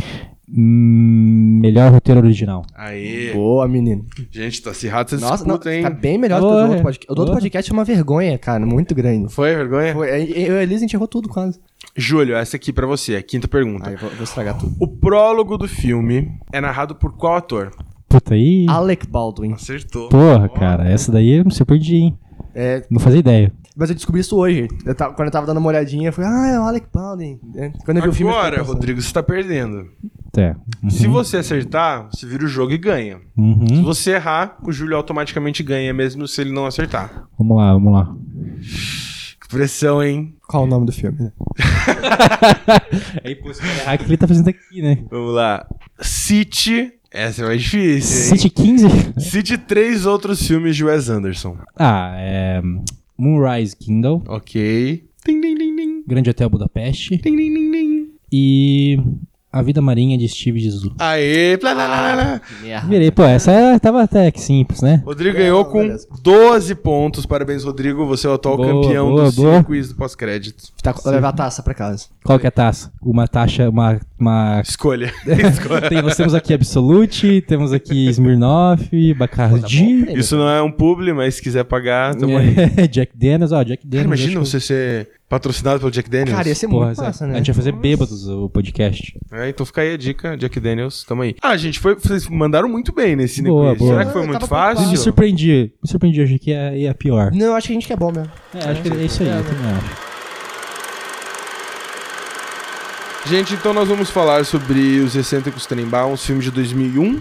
Speaker 3: Hum, melhor roteiro original.
Speaker 1: Aê.
Speaker 2: Boa, menino.
Speaker 1: Gente, tá acirrado essa
Speaker 2: Nossa, não,
Speaker 1: disputa, hein?
Speaker 2: tá bem melhor do que o
Speaker 3: Boa,
Speaker 2: do outro
Speaker 3: é.
Speaker 2: podcast. O do outro
Speaker 3: Boa.
Speaker 2: podcast é uma vergonha, cara. Muito grande.
Speaker 1: Foi, vergonha?
Speaker 2: Foi, eu e a Elisa, a gente errou tudo quase.
Speaker 1: Júlio, essa aqui pra você. A quinta pergunta.
Speaker 2: Aí, vou, vou estragar tudo.
Speaker 1: O prólogo do filme é narrado por qual ator?
Speaker 3: Puta aí.
Speaker 1: Ah.
Speaker 2: Alec Baldwin.
Speaker 1: Acertou.
Speaker 3: Porra, cara. Essa daí eu eu perdi, hein?
Speaker 2: É,
Speaker 3: Não fazia ideia.
Speaker 2: mas eu descobri isso hoje. Eu tava- quando eu tava dando uma olhadinha, eu falei, ah, é o Alec Baldwin. É, Quando eu vi o filme. eu fiquei
Speaker 1: Agora,
Speaker 2: pensando.
Speaker 1: Rodrigo, você tá perdendo.
Speaker 3: É.
Speaker 1: Se você acertar, você vira o jogo e ganha. Se
Speaker 3: Uhum.
Speaker 1: você errar, o Júlio automaticamente ganha, mesmo se ele não acertar.
Speaker 3: Vamos lá, vamos lá.
Speaker 1: Que pressão, hein?
Speaker 2: Qual o nome do filme? né?
Speaker 3: Aí, pô, se errar, o que ele tá fazendo aqui, né?
Speaker 1: Vamos lá. Cite. Essa é mais difícil, hein?
Speaker 3: City 15?
Speaker 1: Cite três outros filmes de Wes Anderson.
Speaker 3: Ah, é. hum, Moonrise Kindle,
Speaker 1: Ok. Tim, tim, tim, tim.
Speaker 3: Grande Hotel Budapeste
Speaker 1: Tim, tim, tim, tim.
Speaker 3: e A Vida Marinha de Steve Jesus.
Speaker 1: Aê! Plá, lá, lá, lá, lá.
Speaker 2: Merda.
Speaker 3: Virei, pô, essa é- tava até que simples, né?
Speaker 1: Rodrigo
Speaker 2: é,
Speaker 1: ganhou com
Speaker 2: beleza.
Speaker 1: 12 pontos. Parabéns, Rodrigo. Você é o atual
Speaker 3: Boa,
Speaker 1: campeão
Speaker 3: boa,
Speaker 1: do
Speaker 3: boa.
Speaker 1: quiz do pós-crédito.
Speaker 2: Tá, vou levar a taça pra casa.
Speaker 3: Qual que é a taça? Uma taxa, uma. uma...
Speaker 1: Escolha. Escolha.
Speaker 3: Tem- nós temos aqui Absolute, temos aqui Smirnoff, Bacardi,
Speaker 1: Isso não é um publi, mas se quiser pagar, tamo aí.
Speaker 3: é, Jack Daniels, ó, Jack
Speaker 1: Tá Cara,
Speaker 3: Daniels.
Speaker 1: imagina
Speaker 3: acho que-
Speaker 1: você ser patrocinado pelo Jack Daniels.
Speaker 2: Cara, ia ser
Speaker 3: Porra,
Speaker 2: muito massa,
Speaker 3: a
Speaker 2: né?
Speaker 3: gente vai fazer bêbados o podcast.
Speaker 1: É, então fica aí a dica, Jack Daniels, tamo aí. Ah, gente, foi, vocês mandaram muito bem nesse Cinequiz.
Speaker 3: Boa, boa.
Speaker 1: Será que foi
Speaker 2: Eu
Speaker 1: muito
Speaker 2: tava
Speaker 1: fácil?
Speaker 3: Me surpreendi, me surpreendi, hoje que é, é a pior.
Speaker 2: Não, eu acho que a gente que é bom mesmo.
Speaker 3: É, acho que é isso aí, eu também acho.
Speaker 1: Gente, então nós vamos falar sobre Os Excêntricos Tenenbaums, um filme de 2001,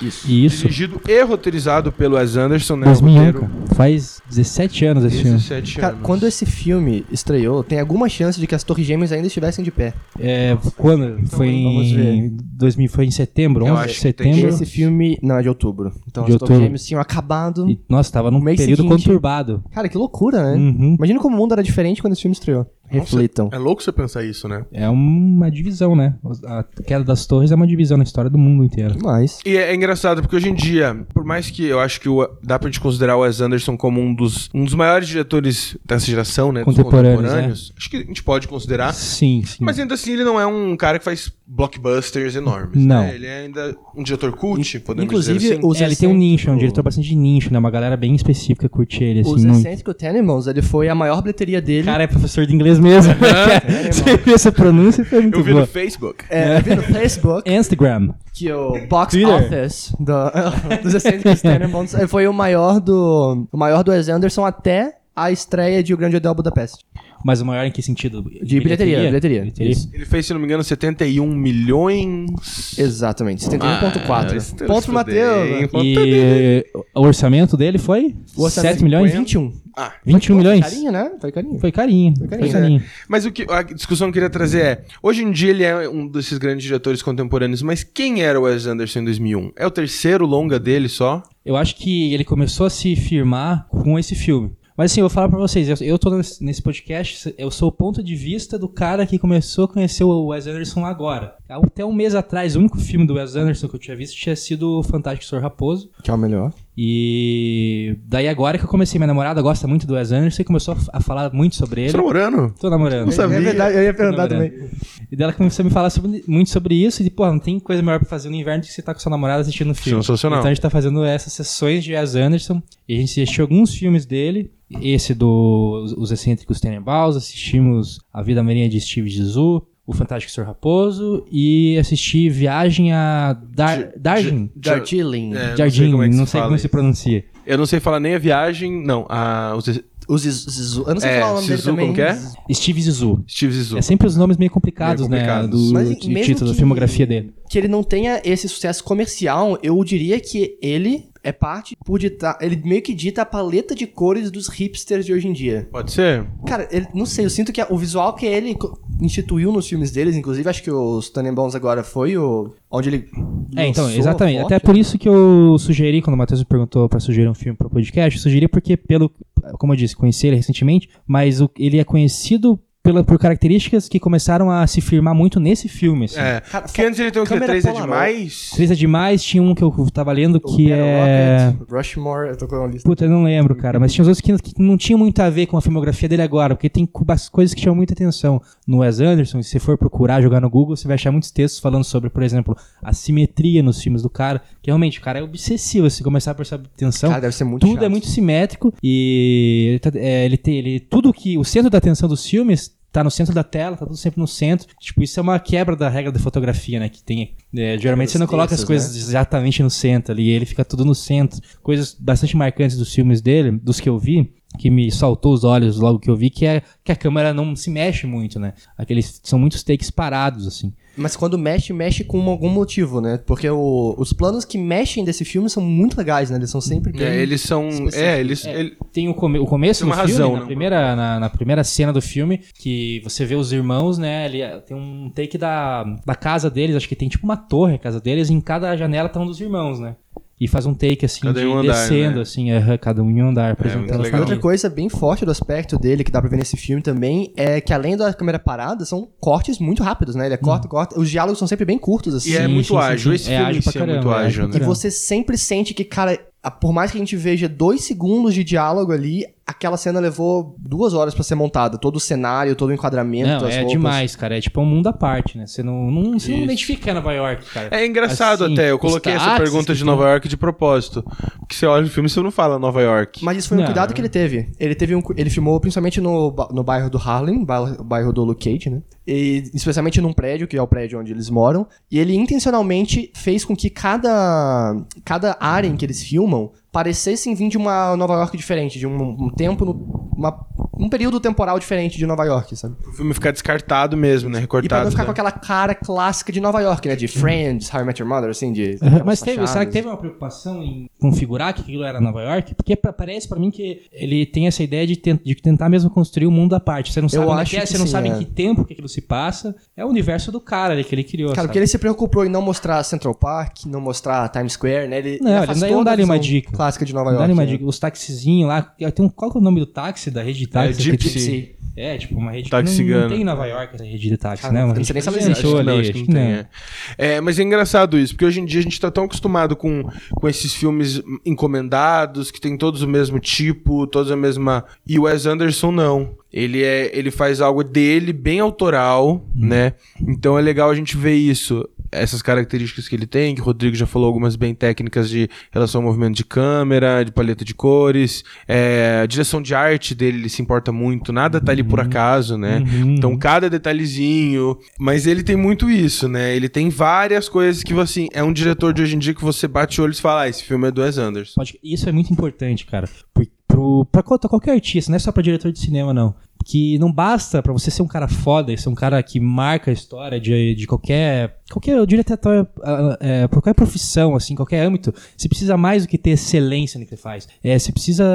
Speaker 2: Isso.
Speaker 3: E isso,
Speaker 1: dirigido e roteirizado pelo Wes Anderson, né?
Speaker 3: 2001,
Speaker 1: roteiro,
Speaker 3: cara. Faz 17 anos esse filme.
Speaker 1: 17
Speaker 2: Cara,
Speaker 1: anos.
Speaker 2: quando esse filme estreou, tem alguma chance de que as Torres Gêmeas ainda estivessem de pé.
Speaker 3: É, quando? Foi
Speaker 2: vamos
Speaker 3: em,
Speaker 2: ver.
Speaker 3: 2000, foi em setembro,
Speaker 1: Então, Eu
Speaker 3: 11 de
Speaker 1: acho que
Speaker 2: E
Speaker 1: tem
Speaker 3: setembro.
Speaker 2: esse filme. Não, é de outubro. Então
Speaker 3: De
Speaker 2: as Torres
Speaker 3: outubro.
Speaker 2: Gêmeas tinham acabado.
Speaker 3: E, nossa, tava num
Speaker 2: No mês
Speaker 3: período
Speaker 2: seguinte.
Speaker 3: conturbado.
Speaker 2: Cara, que loucura, né?
Speaker 3: Uhum.
Speaker 2: Imagina como o mundo era diferente quando esse filme estreou. Reflitam.
Speaker 1: É louco você pensar isso, né?
Speaker 3: É uma divisão, né? A queda das torres é uma divisão na história do mundo inteiro.
Speaker 2: Mas.
Speaker 1: E é, é engraçado, porque hoje em dia, por mais que eu acho que o, dá pra gente considerar o Wes Anderson como um dos, um dos maiores diretores dessa geração, né? dos
Speaker 3: Contemporâneos,
Speaker 1: Acho que a gente pode considerar.
Speaker 3: Sim, sim.
Speaker 1: Ah. Mas ainda assim, ele não é um cara que faz blockbusters enormes.
Speaker 3: Não.
Speaker 1: né? Ele é ainda um diretor cult, podemos dizer
Speaker 2: Inclusive,
Speaker 1: assim.
Speaker 2: os
Speaker 3: É, ele tem um
Speaker 2: excêntricos-
Speaker 3: nicho, é um diretor bastante nicho, né? Uma galera bem específica curte ele, assim,
Speaker 2: Os
Speaker 3: muito.
Speaker 2: Eccentric Tenenbaums, ele foi a maior bilheteria
Speaker 3: O
Speaker 2: dele.
Speaker 3: cara é professor de inglês mesmo. Você viu essa pronúncia? Foi muito
Speaker 1: Eu vi
Speaker 3: boa.
Speaker 1: no Facebook.
Speaker 2: É, eu vi no Facebook
Speaker 3: Instagram.
Speaker 2: que o box
Speaker 3: Twitter.
Speaker 2: office do, dos Eccentric Tenenbaums eh, foi o maior do o maior do Wes Anderson até a estreia de O Grande Hotel Budapeste.
Speaker 3: Mas o maior em que sentido?
Speaker 2: De bilheteria, bilheteria. Isso.
Speaker 1: Ele fez, se não me engano, 71 milhões.
Speaker 2: Exatamente, 71.4.
Speaker 1: Ah,
Speaker 2: Ponto pro
Speaker 1: estudei, hein?
Speaker 2: Matheus. né?
Speaker 3: E o orçamento dele foi?
Speaker 2: O orçamento
Speaker 3: 7 milhões?
Speaker 2: 21.
Speaker 1: Ah,
Speaker 3: 21 milhões?
Speaker 2: Carinho, né? Foi carinho.
Speaker 3: Foi carinho. Foi
Speaker 2: carinho,
Speaker 3: carinho.
Speaker 1: Mas o que, a discussão que eu queria trazer é: hoje em dia ele é um desses grandes diretores contemporâneos, mas quem era o Wes Anderson em 2001? É o terceiro longa dele só?
Speaker 3: Eu acho que ele começou a se firmar com esse filme. Mas assim, eu vou falar pra vocês, eu, eu tô nesse nesse podcast, eu sou o ponto de vista do cara que começou a conhecer o Wes Anderson agora. Até um mês atrás, o único filme do Wes Anderson que eu tinha visto tinha sido o Fantástico Sr. Raposo.
Speaker 2: Que é o melhor.
Speaker 3: E daí agora que eu comecei, minha namorada gosta muito do Wes Anderson e começou a f- a falar muito sobre
Speaker 1: Você tá
Speaker 3: ele.
Speaker 1: namorando?
Speaker 3: Tô namorando.
Speaker 1: Tá Não sabia.
Speaker 2: É verdade, eu ia
Speaker 3: Tô
Speaker 2: perguntar
Speaker 3: namorando.
Speaker 2: também.
Speaker 3: E dela começou a me falar sobre- muito sobre isso. E, pô, não tem coisa melhor pra fazer no inverno do que você tá com sua namorada assistindo filme.
Speaker 1: Sensacional.
Speaker 3: Então a gente tá fazendo essas sessões de Wes Anderson. E a gente assistiu alguns filmes dele. Esse do Os- Os Excêntricos Tenenbaums. Assistimos A Vida Marinha de Steve Zissou. O Fantástico Sr. Raposo. E assisti Viagem a Dar
Speaker 1: J-
Speaker 3: Darwin.
Speaker 2: Jartilin.
Speaker 1: É,
Speaker 3: Jardim,
Speaker 1: se
Speaker 3: não sei como, se,
Speaker 1: fala isso.
Speaker 3: pronuncia.
Speaker 1: Eu não sei falar nem a viagem, não, a, os
Speaker 2: Os Zizu- Zizu. Eu não sei
Speaker 1: É,
Speaker 2: falar o nome dele
Speaker 1: Zizu,
Speaker 2: também.
Speaker 1: como que é?
Speaker 3: Steve Zissou.
Speaker 1: Steve Zissou.
Speaker 3: É sempre os nomes meio complicados,
Speaker 1: Meio complicados.
Speaker 3: né? Do,
Speaker 2: Mas,
Speaker 3: do
Speaker 2: mesmo
Speaker 3: título, da
Speaker 2: que-
Speaker 3: filmografia dele.
Speaker 2: que ele não tenha esse sucesso comercial, eu diria que ele é parte por ditar. Ele meio que dita a paleta de cores dos hipsters de hoje em dia.
Speaker 1: Pode ser?
Speaker 2: Cara, ele, não sei, eu sinto que a- o visual que ele co- instituiu nos filmes deles, inclusive, acho que os Tannenbaums agora foi o. onde ele.
Speaker 3: É, então,
Speaker 2: lançou a
Speaker 3: exatamente.
Speaker 2: foto.
Speaker 3: Até por isso que eu sugeri, quando o Matheus me perguntou pra sugerir um filme pro podcast, eu sugeri porque, pelo, como eu disse, conheci ele recentemente, mas o- ele é conhecido pela, por características que começaram a se firmar muito nesse filme. Assim.
Speaker 1: É.
Speaker 2: Cara,
Speaker 1: Porque antes ele tem o quê?
Speaker 2: câmera né?
Speaker 1: Três é
Speaker 2: Polaroid.
Speaker 1: demais?
Speaker 3: Três é demais, tinha um que eu tava lendo
Speaker 2: o
Speaker 3: que
Speaker 2: Battle
Speaker 3: é.
Speaker 2: Rocket, Rushmore, eu tô com uma lista.
Speaker 3: Puta, eu não lembro, cara. Mas tinha os outros que, que não tinham muito a ver com a filmografia dele agora, porque tem cu- bas- coisas que chamam muita atenção. No Wes Anderson, se você for procurar, jogar no Google, você vai achar muitos textos falando sobre, por exemplo, a simetria nos filmes do cara, que realmente o cara é obsessivo, se começar a prestar atenção.
Speaker 2: Cara, deve ser muito
Speaker 3: tudo
Speaker 2: chato.
Speaker 3: é muito simétrico e ele, tá- é, ele tem ele, tudo que o centro da atenção dos filmes tá no centro da tela, tá tudo sempre no centro. Tipo, isso é uma quebra da regra da fotografia, né? Que tem. é, geralmente
Speaker 2: Os
Speaker 3: você não coloca as
Speaker 2: textos,
Speaker 3: coisas exatamente no centro ali, ele fica tudo no centro. Coisas bastante marcantes dos filmes dele, dos que eu vi, que me saltou os olhos logo que eu vi, que é que a câmera não se mexe muito, né? Aqueles são muitos takes parados, assim.
Speaker 2: Mas quando mexe, mexe com algum motivo, né? Porque o- os planos que mexem desse filme são muito legais, né? Eles são sempre bem
Speaker 1: É, eles são.
Speaker 2: específico.
Speaker 1: É, eles.
Speaker 3: É.
Speaker 1: ele-
Speaker 3: Tem o, come- o começo
Speaker 1: Tem uma
Speaker 3: do filme,
Speaker 1: razão,
Speaker 3: na,
Speaker 1: né?
Speaker 3: primeira, na, na primeira cena do filme, que você vê os irmãos, né? Ali, eh, tem um take da, da casa deles, acho que tem tipo uma torre a casa deles, e em cada janela tá um dos irmãos, né? E faz um take assim,
Speaker 1: Cada
Speaker 3: de
Speaker 1: um andar,
Speaker 3: descendo,
Speaker 1: né? É,
Speaker 3: assim, aham, cada um em um andar,
Speaker 1: muito
Speaker 3: apresentando a
Speaker 1: legal.
Speaker 3: família.
Speaker 2: Outra coisa bem forte do aspecto dele, que dá pra ver nesse filme também, é que além da câmera parada, são cortes muito rápidos, né? Ele é
Speaker 3: Hum.
Speaker 2: corta, corta. Os diálogos são sempre bem curtos, assim.
Speaker 1: E é
Speaker 3: Sim,
Speaker 1: muito
Speaker 3: sim, sim,
Speaker 1: ágil.
Speaker 3: sim.
Speaker 1: Esse
Speaker 3: É
Speaker 1: filme
Speaker 3: ágil
Speaker 1: em si
Speaker 3: pra
Speaker 1: é muito
Speaker 3: caramba, é
Speaker 1: ágil,
Speaker 3: ágil
Speaker 1: né?
Speaker 3: pra
Speaker 2: E você sempre sente que, cara, a- por mais que a gente veja dois segundos de diálogo ali, aquela cena levou duas horas pra ser montada. Todo o cenário, todo o enquadramento,
Speaker 3: Não,
Speaker 2: as
Speaker 3: é
Speaker 2: roupas.
Speaker 3: demais, cara. É tipo um mundo à parte, né? Você não, não, você não
Speaker 1: Isso.
Speaker 3: identifica né, Nova York, cara.
Speaker 1: É engraçado
Speaker 3: Assim,
Speaker 1: até, eu
Speaker 3: os
Speaker 1: coloquei essa
Speaker 3: táxis
Speaker 1: pergunta
Speaker 3: que
Speaker 1: de Nova York de propósito. Porque você olha o filme e você não fala Nova York.
Speaker 2: Mas isso foi um
Speaker 3: Não.
Speaker 2: cuidado que ele teve. Ele teve um, cu- ele filmou principalmente no, ba- no bairro do Harlem, ba- bairro do Luke Cage, né? E especialmente num prédio, que é o prédio onde eles moram. E ele intencionalmente fez com que cada, cada área em que eles filmam parecessem vir de uma Nova York diferente, de um, um tempo, no- uma- um período temporal diferente de Nova York, sabe?
Speaker 1: O filme ficar descartado mesmo, né?
Speaker 2: E pra
Speaker 1: Recortado.
Speaker 2: não ficar
Speaker 1: né?
Speaker 2: com aquela cara clássica de Nova York, né? De Friends, How I Met Your Mother, assim, de...
Speaker 3: Aham,
Speaker 2: aquelas
Speaker 3: Mas teve, será que
Speaker 2: fachadas.
Speaker 3: teve uma preocupação em configurar que aquilo era Nova York? Porque pra- parece pra mim que ele tem essa ideia de, ten- de tentar mesmo construir um mundo à parte. Você não sabe
Speaker 2: Eu
Speaker 3: onde é
Speaker 2: acho
Speaker 3: que é,
Speaker 2: que
Speaker 3: você não
Speaker 2: sim,
Speaker 3: sabe
Speaker 2: é.
Speaker 3: em que tempo que aquilo se passa. É o universo do cara ali que ele criou.
Speaker 2: Cara,
Speaker 3: sabe?
Speaker 2: porque ele é se preocupou em não mostrar Central Park, não mostrar Times Square, né? Ele,
Speaker 3: Não, ele
Speaker 2: afastou
Speaker 3: não dá
Speaker 2: da
Speaker 3: ali uma
Speaker 2: visão
Speaker 3: dica.
Speaker 2: Clássica de Nova
Speaker 3: Dá-lhe
Speaker 2: York.
Speaker 3: uma
Speaker 2: né?
Speaker 3: dica. Os taxizinhos lá. Tem um, qual que é o nome do táxi? Da rede de táxi?
Speaker 1: É, Gypsy.
Speaker 2: Sim.
Speaker 3: É, tipo uma rede
Speaker 1: Táxi
Speaker 3: não, não
Speaker 1: cigano.
Speaker 3: tem em Nova York essa rede de táxi,
Speaker 2: Cara,
Speaker 3: né? Uma
Speaker 2: eu não
Speaker 3: rede
Speaker 2: sei nem
Speaker 3: que
Speaker 2: se ela
Speaker 3: se
Speaker 2: existe.
Speaker 3: inventou
Speaker 1: Acho que não,
Speaker 3: ali,
Speaker 1: acho que
Speaker 3: acho
Speaker 1: não
Speaker 3: que
Speaker 1: tem,
Speaker 3: não.
Speaker 1: é. É, mas é engraçado isso, porque hoje em dia a gente tá tão acostumado com, com esses filmes encomendados, que tem todos o mesmo tipo, todos a mesma. E o Wes Anderson não. Ele, é, ele faz algo dele bem autoral, né? Então é legal a gente ver isso. Essas características que ele tem, que o Rodrigo já falou algumas bem técnicas de relação ao movimento de câmera, de paleta de cores, é, a direção de arte dele, ele se importa muito, nada tá ali por acaso, né?
Speaker 3: Uhum.
Speaker 1: Então, cada detalhezinho. Mas ele tem muito isso, né? Ele tem várias coisas que, assim, é um diretor de hoje em dia que você bate o olho e fala, ah, esse filme é do Wes Anderson.
Speaker 3: Pode- isso é muito importante, cara. Por- Pro, pra qual- qualquer artista, não é só pra diretor de cinema, não. Que não basta pra você ser um cara foda, e ser um cara que marca a história de, de qualquer. qualquer eu diria até, ah, é, qualquer profissão, assim, qualquer âmbito. Você precisa mais do que ter excelência no que você faz. É, você precisa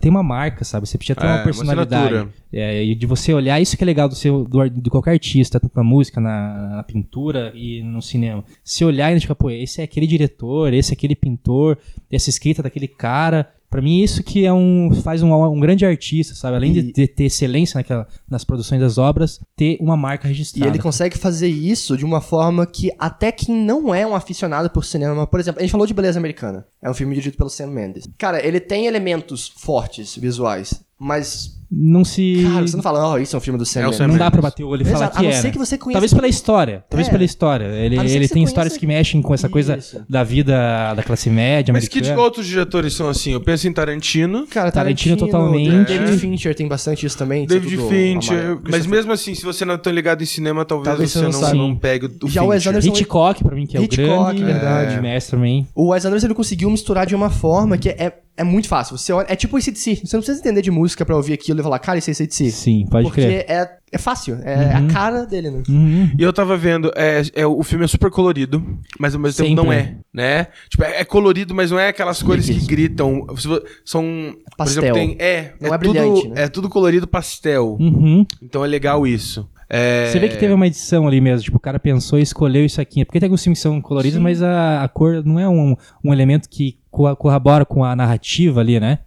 Speaker 3: ter uma marca, sabe? Você precisa ter
Speaker 1: É,
Speaker 3: uma
Speaker 1: uma
Speaker 3: personalidade.
Speaker 1: assinatura.
Speaker 3: É, e de você olhar, isso que é legal do seu, do, ar- de qualquer artista, tanto na música, na, na pintura e no cinema. Se olhar e identificar, pô, esse é aquele diretor, esse é aquele pintor, essa escrita daquele cara. Pra mim, isso que é um faz um, um grande artista, sabe? Além de,
Speaker 2: E-
Speaker 3: de ter excelência naquela, nas produções das obras, ter uma
Speaker 2: E
Speaker 3: marca registrada.
Speaker 2: ele consegue fazer isso de uma forma que até quem não é um aficionado por cinema, por exemplo, a gente falou de Beleza Americana. É um filme dirigido pelo Sam Mendes. Cara, ele tem elementos fortes visuais, mas
Speaker 3: Não se.
Speaker 2: cara, você não fala, ó, isso é um filme do Sam
Speaker 1: É o
Speaker 2: Mendes.
Speaker 1: Sam
Speaker 3: não
Speaker 1: Mendes.
Speaker 3: dá pra bater o olho e
Speaker 2: Exato,
Speaker 3: falar
Speaker 2: a
Speaker 3: que
Speaker 2: não
Speaker 3: era.
Speaker 2: ser que você conheça
Speaker 3: Talvez pela história. Talvez
Speaker 2: É.
Speaker 3: pela história. Ele,
Speaker 2: A não ser
Speaker 3: ele
Speaker 2: que você
Speaker 3: tem histórias
Speaker 2: conheça-
Speaker 3: que mexem com essa coisa
Speaker 2: Isso.
Speaker 3: da vida da classe média.
Speaker 1: Mas que
Speaker 3: americana.
Speaker 1: outros diretores são assim? Eu penso em Tarantino,
Speaker 2: Cara, Tarantino,
Speaker 3: Tarantino totalmente.
Speaker 2: David Fincher tem bastante isso também. isso
Speaker 1: David
Speaker 2: tudo
Speaker 1: Fincher.
Speaker 2: amarelo.
Speaker 1: Mas mesmo assim, se você não é tão ligado em cinema, talvez,
Speaker 2: Talvez
Speaker 1: você
Speaker 2: você
Speaker 1: não,
Speaker 2: não saiba.
Speaker 1: não pegue o o
Speaker 2: Já o
Speaker 1: Fincher.
Speaker 2: Wes Anderson-
Speaker 3: Hitchcock, pra mim, que é o
Speaker 2: Hitchcock,
Speaker 3: grande
Speaker 2: verdade.
Speaker 3: é. mestre também.
Speaker 2: O Wes Anderson ele conseguiu misturar de uma forma que é, é muito fácil. Você olha, é tipo esse de si. Você não precisa entender de música pra ouvir aquilo e falar, cara, isso é esse de si.
Speaker 3: Sim, pode
Speaker 2: Porque
Speaker 3: crer.
Speaker 2: é, é fácil, é a cara dele, né?
Speaker 3: Uhum.
Speaker 1: E eu tava vendo, é, é, o filme é super colorido, mas ao mesmo tempo
Speaker 3: Sempre.
Speaker 1: não é, né? Tipo, é, é colorido, mas não é aquelas cores que
Speaker 3: Isso.
Speaker 1: gritam. Se vo- São. Por
Speaker 2: Pastel.
Speaker 1: exemplo, tem. É,
Speaker 2: Não é
Speaker 1: é,
Speaker 2: brilhante,
Speaker 1: tudo,
Speaker 2: né?
Speaker 1: é tudo colorido pastel.
Speaker 3: Uhum.
Speaker 1: Então é legal isso. É,
Speaker 3: Você vê que teve uma edição ali mesmo, tipo, o cara pensou e escolheu isso aqui. É Porque tem alguns filmes que são coloridos, mas a, a cor não é um, um elemento que co- corrobora com a narrativa ali, né?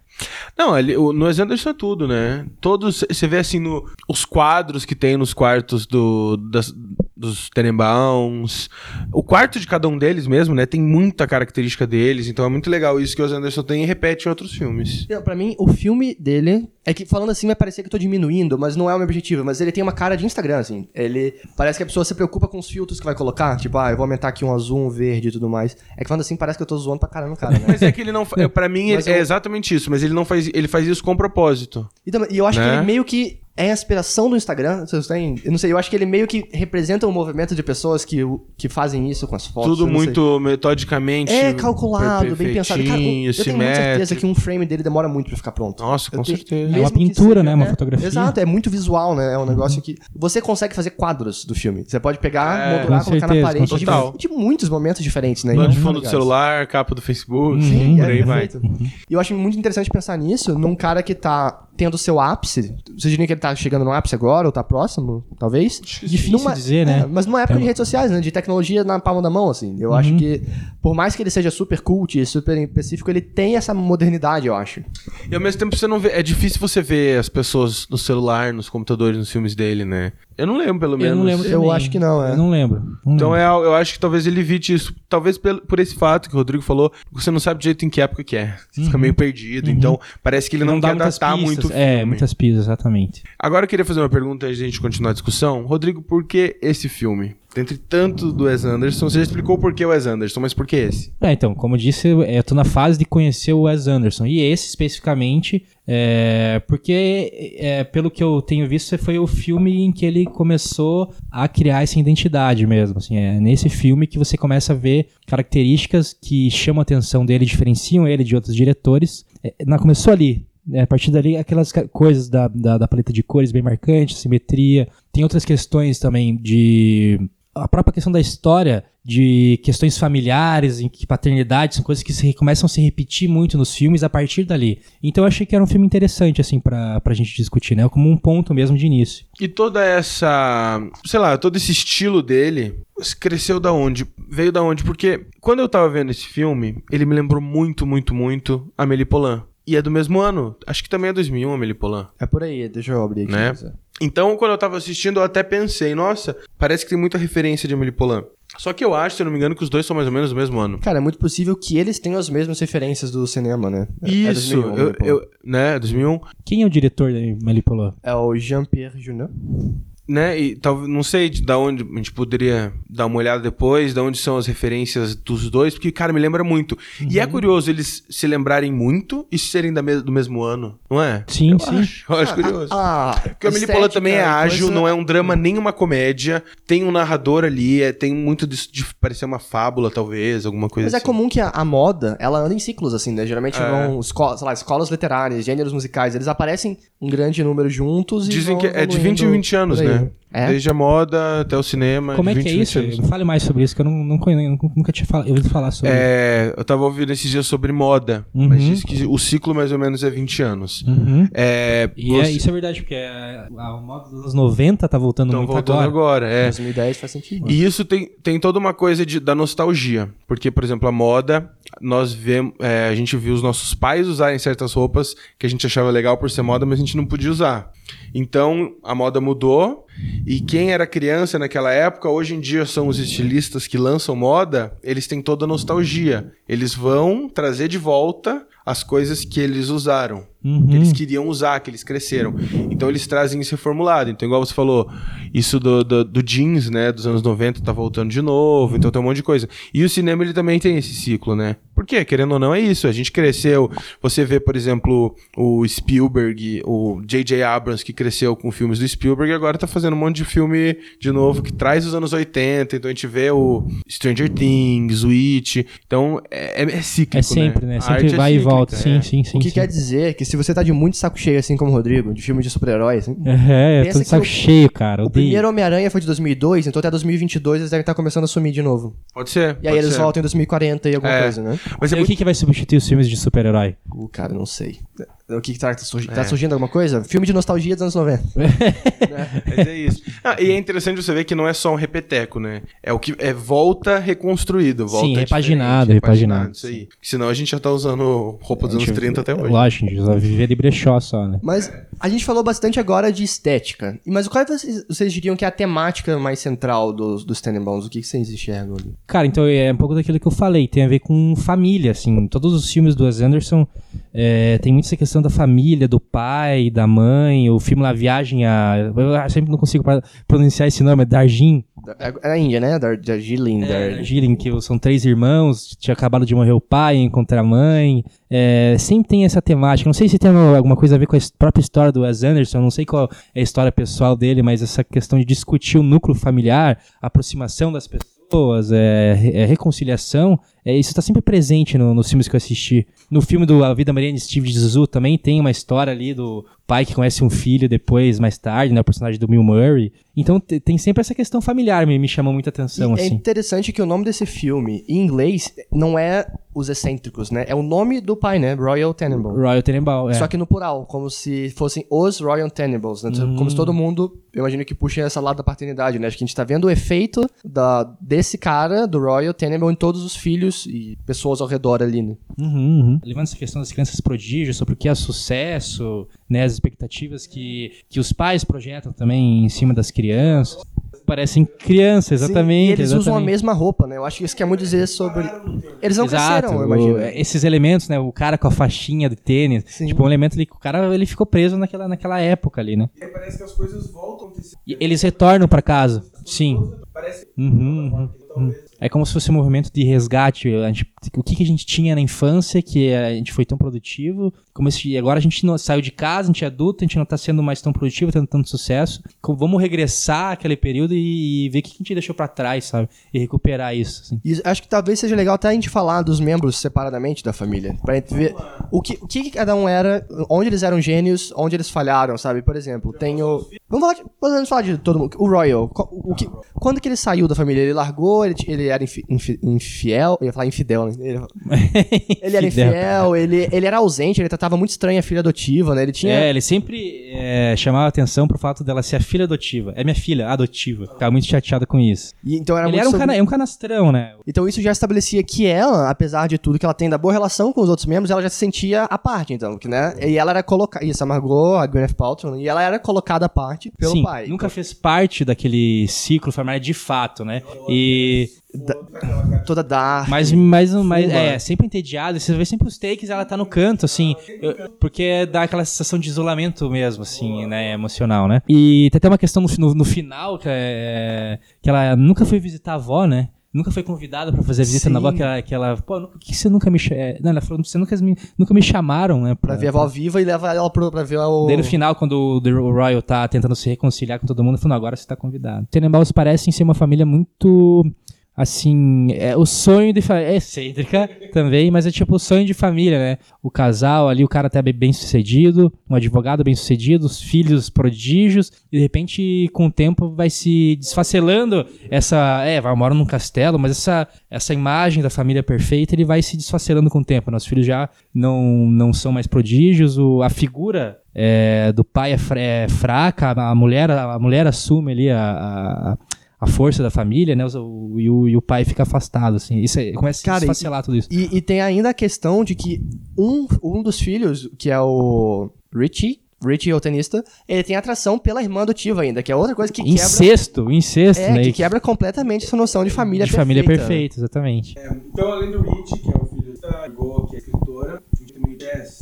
Speaker 1: Não, ali, o, no Wes Anderson é tudo, né? Todos, você vê assim, no, os quadros que tem nos quartos do, das- dos Tenenbaums. O quarto de cada um deles mesmo, né? Tem muita característica deles, então é muito legal isso que o Wes Anderson tem e repete em outros filmes.
Speaker 2: Não, pra mim, o filme dele. É que falando assim vai parecer que eu tô diminuindo, mas não é o meu objetivo. Mas ele tem uma cara de Instagram, assim. Ele. Parece que a pessoa se preocupa com os filtros que vai colocar. Tipo, ah, eu vou aumentar aqui um azul, um verde e tudo mais. É que falando assim parece que eu tô zoando pra caramba, o cara, né?
Speaker 1: Mas é que ele não. fa- é, Pra mim,
Speaker 2: Mas
Speaker 1: ele- é
Speaker 2: eu-
Speaker 1: exatamente isso, mas ele não faz. Ele faz isso com propósito.
Speaker 2: E, também- e eu acho
Speaker 1: Né?
Speaker 2: que ele meio que é a inspiração do Instagram. Vocês têm? Eu não sei, eu acho que ele meio que representa um movimento de pessoas que, o- que fazem isso com as fotos. eu
Speaker 1: Tudo
Speaker 2: não sei.
Speaker 1: muito metodicamente.
Speaker 2: É, calculado, bem pensado. Cara, eu-
Speaker 1: perfeitinho,
Speaker 2: eu tenho muita certeza
Speaker 1: simétrico.
Speaker 2: que um frame dele demora muito pra ficar pronto.
Speaker 1: Nossa,
Speaker 2: Eu
Speaker 1: com
Speaker 2: tenho-
Speaker 1: certeza.
Speaker 3: É uma
Speaker 2: mesmo que
Speaker 3: pintura, né? Uma fotografia. Uhum.
Speaker 2: Exato, é muito visual, né? É um negócio que. Você consegue fazer quadros do filme. Você pode pegar,
Speaker 1: É,
Speaker 2: moldurar,
Speaker 3: com
Speaker 2: colocar
Speaker 3: certeza,
Speaker 2: na parede.
Speaker 1: com
Speaker 2: De,
Speaker 1: total.
Speaker 2: de muitos momentos diferentes, né?
Speaker 1: Plano de
Speaker 2: Então,
Speaker 1: fundo do
Speaker 2: legais.
Speaker 1: celular, capa do Facebook,
Speaker 2: Sim,
Speaker 1: Uhum, por
Speaker 2: é,
Speaker 1: aí vai.
Speaker 2: perfeito. E eu acho muito interessante pensar nisso num cara que tá tendo o seu ápice. Vocês diriam que ele tá chegando no ápice agora, ou tá próximo, talvez?
Speaker 3: Difícil dizer, né?
Speaker 2: é, mas numa época
Speaker 3: É.
Speaker 2: de redes sociais, né? De tecnologia na palma da mão, assim. Eu acho que, por mais que ele seja super cult e super específico, ele tem essa modernidade, eu acho.
Speaker 1: E ao mesmo tempo você não vê. É difícil você ver as pessoas no celular, nos computadores, nos filmes dele, né? Eu não lembro, pelo menos.
Speaker 3: Eu não lembro
Speaker 2: Eu
Speaker 3: também.
Speaker 2: acho que não, é.
Speaker 3: Eu não lembro. Não
Speaker 1: Então
Speaker 3: lembro.
Speaker 1: é, al- eu acho que talvez ele evite isso. Talvez pel- por esse fato que o Rodrigo falou, você não sabe direito em que época que é. Você fica meio perdido. Então, parece que ele não, quer datar muito o
Speaker 3: É,
Speaker 1: filme.
Speaker 3: muitas pistas, exatamente.
Speaker 1: Agora eu queria fazer uma pergunta antes de a gente continuar a discussão. Rodrigo, por que esse filme? Dentre tanto do Wes Anderson, você já explicou por que o Wes Anderson, mas por que esse?
Speaker 3: É, então, como eu disse, eu eu tô na fase de conhecer o Wes Anderson. E esse, especificamente, é, porque, é, pelo que eu tenho visto, foi o filme em que ele começou a criar essa identidade mesmo. Assim, é nesse filme que você começa a ver características que chamam a atenção dele, diferenciam ele de outros diretores. É, na- começou ali. né, a partir dali, aquelas ca- coisas da, da, da paleta de cores bem marcante, simetria. Tem outras questões também de a própria questão da história de questões familiares, em que paternidade são coisas que se- começam a se repetir muito nos filmes a partir dali. Então eu achei que era um filme interessante assim pra pra gente discutir, né? Como um ponto mesmo de início.
Speaker 1: E toda essa, sei lá, todo esse estilo dele cresceu da onde? Veio da onde? Porque quando eu tava vendo esse filme, ele me lembrou muito, muito, muito Amélie Polan. E é do mesmo ano. Acho que também é 2001, Amélie Polan.
Speaker 2: É por aí, deixa eu abrir aqui. é.
Speaker 1: Né?
Speaker 2: Zé.
Speaker 1: Então, quando eu tava assistindo, eu até pensei, nossa, parece que tem muita referência de Amélie Polan. Só que eu acho, se eu não me engano, que os dois são mais ou menos do mesmo ano.
Speaker 2: Cara, é muito possível que eles tenham as mesmas referências do cinema, né? É- é
Speaker 1: Isso,
Speaker 2: 2001,
Speaker 1: eu,
Speaker 2: né, pô?
Speaker 1: eu, né, 2001,
Speaker 3: Quem é o diretor da Malipolo?
Speaker 2: É o Jean-Pierre Junot.
Speaker 1: né, e talvez, não sei de da onde, a gente poderia dar uma olhada depois, da onde são as referências dos dois, porque, cara, me lembra muito. E é
Speaker 3: Uhum.
Speaker 1: curioso eles se lembrarem muito e serem da mes- do mesmo ano, não é?
Speaker 3: Sim,
Speaker 1: eu
Speaker 3: sim.
Speaker 1: Acho, eu acho curioso.
Speaker 2: Ah,
Speaker 1: Porque o Amelie Polan também é ágil, não é um drama nem uma comédia. Tem um narrador ali, é, tem muito disso de parecer uma fábula, talvez, alguma coisa
Speaker 2: Mas é
Speaker 1: assim.
Speaker 2: comum que a, a moda, ela anda em ciclos, assim, né? Geralmente
Speaker 1: É.
Speaker 2: vão, esco- sei lá, escolas literárias, gêneros musicais, eles aparecem um grande número juntos e
Speaker 1: Dizem
Speaker 2: vão
Speaker 1: que é de 20 em
Speaker 2: evoluindo
Speaker 1: 20 anos,
Speaker 2: por aí.
Speaker 1: né?
Speaker 2: É?
Speaker 1: Desde a moda até o cinema.
Speaker 3: Como é que
Speaker 1: 20,
Speaker 3: é isso?
Speaker 1: 20 anos.
Speaker 3: Fale mais sobre isso, que eu não, não conhe- nunca- nunca tinha fal- ouvido falar sobre.
Speaker 1: É, eu tava ouvindo esses dias sobre moda,
Speaker 3: Uhum.
Speaker 1: mas diz que o ciclo mais ou menos é 20 anos.
Speaker 3: Uhum.
Speaker 1: É,
Speaker 3: E é- isso é verdade, porque é, a moda dos anos 90 tá voltando
Speaker 1: estão
Speaker 3: muito
Speaker 1: Então, voltando
Speaker 3: agora.
Speaker 1: agora. é.
Speaker 2: 2010 faz sentido.
Speaker 1: E isso tem, tem toda uma coisa de- da nostalgia. Porque, por exemplo, a moda, nós vemos, a gente viu os nossos pais usarem certas roupas que a gente achava legal por ser moda, mas a gente não podia usar. Então, a moda mudou. E quem era criança naquela época, hoje em dia são os estilistas que lançam moda, eles têm toda a nostalgia. Eles vão trazer de volta as coisas que eles usaram que
Speaker 3: Uhum.
Speaker 1: eles queriam usar, que eles cresceram. Então eles trazem isso reformulado. Então, igual você falou, isso do, do, do jeans, né, dos anos 90 tá voltando de novo, então tem um monte de coisa. E o cinema, ele também tem esse ciclo, né? Porque, querendo ou não, é isso. A gente cresceu. Você vê, por exemplo, o Spielberg, o J.J. Abrams, que cresceu com filmes do Spielberg, e agora tá fazendo um monte de filme de novo que traz os anos 80. Então a gente vê o Stranger Things, o It. Então é, é, é cíclico,
Speaker 3: É sempre,
Speaker 1: né?
Speaker 3: né?
Speaker 1: A
Speaker 3: Sempre
Speaker 1: arte é
Speaker 3: vai e
Speaker 1: cíclica,
Speaker 3: volta.
Speaker 1: é.
Speaker 3: Sim, sim, sim.
Speaker 2: O que
Speaker 3: sim.
Speaker 2: quer dizer que se você tá de muito saco cheio, assim como o Rodrigo, de filme de super-herói, assim,
Speaker 3: É, eu
Speaker 2: Pensa
Speaker 3: tô de
Speaker 2: que
Speaker 3: saco
Speaker 2: o-
Speaker 3: cheio, cara.
Speaker 2: O
Speaker 3: Odeio.
Speaker 2: primeiro Homem-Aranha foi de 2002, então até 2022 eles devem estar começando a sumir de novo.
Speaker 1: Pode ser.
Speaker 2: E aí
Speaker 1: pode
Speaker 2: eles
Speaker 1: ser.
Speaker 2: voltam em 2040 e alguma
Speaker 1: É.
Speaker 2: coisa, né?
Speaker 1: Mas
Speaker 3: E
Speaker 1: é
Speaker 3: o
Speaker 1: muito
Speaker 3: que, que vai substituir os filmes de super-herói?
Speaker 2: O cara, não sei. O que que tá, tá surgindo?
Speaker 1: É.
Speaker 2: Tá surgindo alguma coisa? Filme de nostalgia dos anos 90.
Speaker 1: Mas é isso. Ah, e é interessante você ver que não é só um repeteco, né? É o que é volta reconstruído, volta
Speaker 3: Sim, repaginado,
Speaker 1: diferente,
Speaker 3: repaginado.
Speaker 1: Isso aí. Senão a gente já tá usando roupa dos anos 30 até hoje.
Speaker 3: Lógico, a gente vai viver de brechó só, né?
Speaker 2: Mas a gente falou bastante agora de estética. Mas qual é vocês, vocês diriam que é a temática mais central dos, dos Tenenbaums? O que, que vocês enxergam ali?
Speaker 3: Cara, então é um pouco daquilo que eu falei, tem a ver com família, assim. Todos os filmes do Wes Anderson é, tem muito essa questão da família, do pai, da mãe. O filme lá, Viagem a... Eu sempre não consigo pra- pronunciar esse nome, é Darjin.
Speaker 2: Da- É na Índia, né? Da, da Gilinder.
Speaker 3: É, Darjeeling, que são três irmãos, tinha acabado de morrer o pai, encontrar a mãe. É, sempre tem essa temática. Não sei se tem alguma coisa a ver com a his- própria história do Wes Anderson, não sei qual é a história pessoal dele, mas essa questão de discutir o núcleo familiar, a aproximação das pessoas, é, re- é, reconciliação, é, isso está sempre presente no- nos filmes que eu assisti. No filme do A Vida Maria de Steve Zissou também tem uma história ali do pai que conhece um filho depois, mais tarde, né? O personagem do Bill Murray. Então te- tem sempre essa questão familiar, me, me chamou muita atenção,
Speaker 2: E É
Speaker 3: assim.
Speaker 2: interessante que o nome desse filme, em inglês, não é Os Excêntricos, né? É o nome do pai, né? Royal Tenenbaum.
Speaker 3: Royal Tenenbaum, é.
Speaker 2: Só que no plural, como se fossem os Royal Tenenbaums, né? Como se
Speaker 3: Hum.
Speaker 2: todo mundo, eu imagino que puxa essa lá da paternidade, né? Acho que a gente tá vendo o efeito da, desse cara, do Royal Tenenbaum, em todos os filhos e pessoas ao redor ali, né?
Speaker 3: Uhum, uhum. Levando essa questão das crianças prodígios, sobre o que é sucesso, né, as expectativas que, que os pais projetam também em cima das crianças. Parecem crianças, exatamente.
Speaker 2: Sim, e eles usam a
Speaker 3: exatamente.
Speaker 2: mesma roupa, né? Eu acho que isso quer muito dizer sobre... Eles não
Speaker 3: Exato,
Speaker 2: cresceram, eu
Speaker 3: o- é
Speaker 2: imagino.
Speaker 3: esses elementos, né? O cara com a faixinha de tênis.
Speaker 2: Sim.
Speaker 3: Tipo, um elemento ali que o cara ele ficou preso naquela, naquela época ali, né?
Speaker 4: Parece que as coisas voltam a
Speaker 3: E eles retornam pra casa. Sim.
Speaker 4: Parece que
Speaker 3: Uhum, uhum, uhum. É como se fosse um movimento de resgate. A gente- o que, que a gente tinha na infância que a gente foi tão produtivo? Como se agora a gente não- saiu de casa, a gente é adulto, a gente não tá sendo mais tão produtivo, tendo tanto sucesso. Como- Vamos regressar àquele período e, e ver o que, que a gente deixou pra trás, sabe? E recuperar isso. assim.
Speaker 2: E acho que talvez seja legal até a gente falar dos membros separadamente da família. Pra gente ver o que, o que que cada um era, onde eles eram gênios, onde eles falharam, sabe? Por exemplo, tem o. Vamos falar de, podemos falar de todo mundo. O Royal. co- O que, quando que ele saiu da família? Ele largou, ele, ele era infi- infi- infiel. Eu ia falar infidel, né? Ele, ele era
Speaker 3: Fidel.
Speaker 2: infiel, ele, ele era ausente, ele tratava muito estranho a filha adotiva, né? Ele tinha.
Speaker 3: É, ele sempre é, chamava atenção pro fato dela ser a filha adotiva. É minha filha, adotiva. Ficava muito chateado com isso.
Speaker 2: e então era
Speaker 3: ele
Speaker 2: muito
Speaker 3: era um,
Speaker 2: sobre-
Speaker 3: cana- é um canastrão, né?
Speaker 2: Então isso já estabelecia que ela, apesar de tudo que ela tem da boa relação com os outros membros, ela já se sentia à parte, então, que, né? E ela era colocada. Isso, a Margot, a Gwyneth Paltrow, né? e ela era colocada à parte pelo
Speaker 3: Sim,
Speaker 2: pai.
Speaker 3: nunca fez parte daquele ciclo familiar de fato, né? E
Speaker 2: Toda dark.
Speaker 3: mas mas, mas
Speaker 2: Fuma.
Speaker 3: é sempre entediado, e você vê sempre os takes, ela tá no canto assim, eu- porque dá aquela sensação de isolamento mesmo assim, né, emocional, né? E tem até uma questão no, no, no final que é que ela nunca foi visitar a avó, né? Nunca foi convidada pra fazer a visita na avó,
Speaker 2: Sim.
Speaker 3: que ela, que ela pô, por que você nunca me. cha- é, Não, ela falou, você nunca me, nunca me chamaram, né?
Speaker 2: Pra ver a avó viva e leva ela pro, pra ver o.
Speaker 3: Daí no final, quando o The Royal tá tentando se reconciliar com todo mundo, falando, agora você tá convidado. Tenenbaums parecem ser uma família muito assim, é o sonho de família. É excêntrica também, mas é tipo o sonho de família, né? O casal ali, o cara até bem sucedido, um advogado bem sucedido, os filhos prodígios, e de repente, com o tempo, vai se desfacelando essa. É, vai mora num castelo, mas essa, essa imagem da família perfeita ele vai se desfacelando com o tempo. Nossos filhos já não, não são mais prodígios, o, a figura é, do pai é, fra- é fraca, a mulher, a mulher assume ali a, a, a força da família, né? O, o- e, o, e o pai fica afastado, assim. Isso aí, começa
Speaker 2: Cara,
Speaker 3: a se desfacelar tudo isso.
Speaker 2: E, e tem ainda a questão de que um, um dos filhos, que é o Richie, Richie é o tenista, ele tem atração pela irmã adotiva ainda, que é outra coisa que quebra...
Speaker 3: Incesto, incesto,
Speaker 2: É,
Speaker 3: né?
Speaker 2: que quebra completamente essa noção de família
Speaker 3: de
Speaker 2: perfeita.
Speaker 3: família perfeita, né? exatamente.
Speaker 4: Então, além do Rich, que é o filho da Igor, que é escritora, em 2010,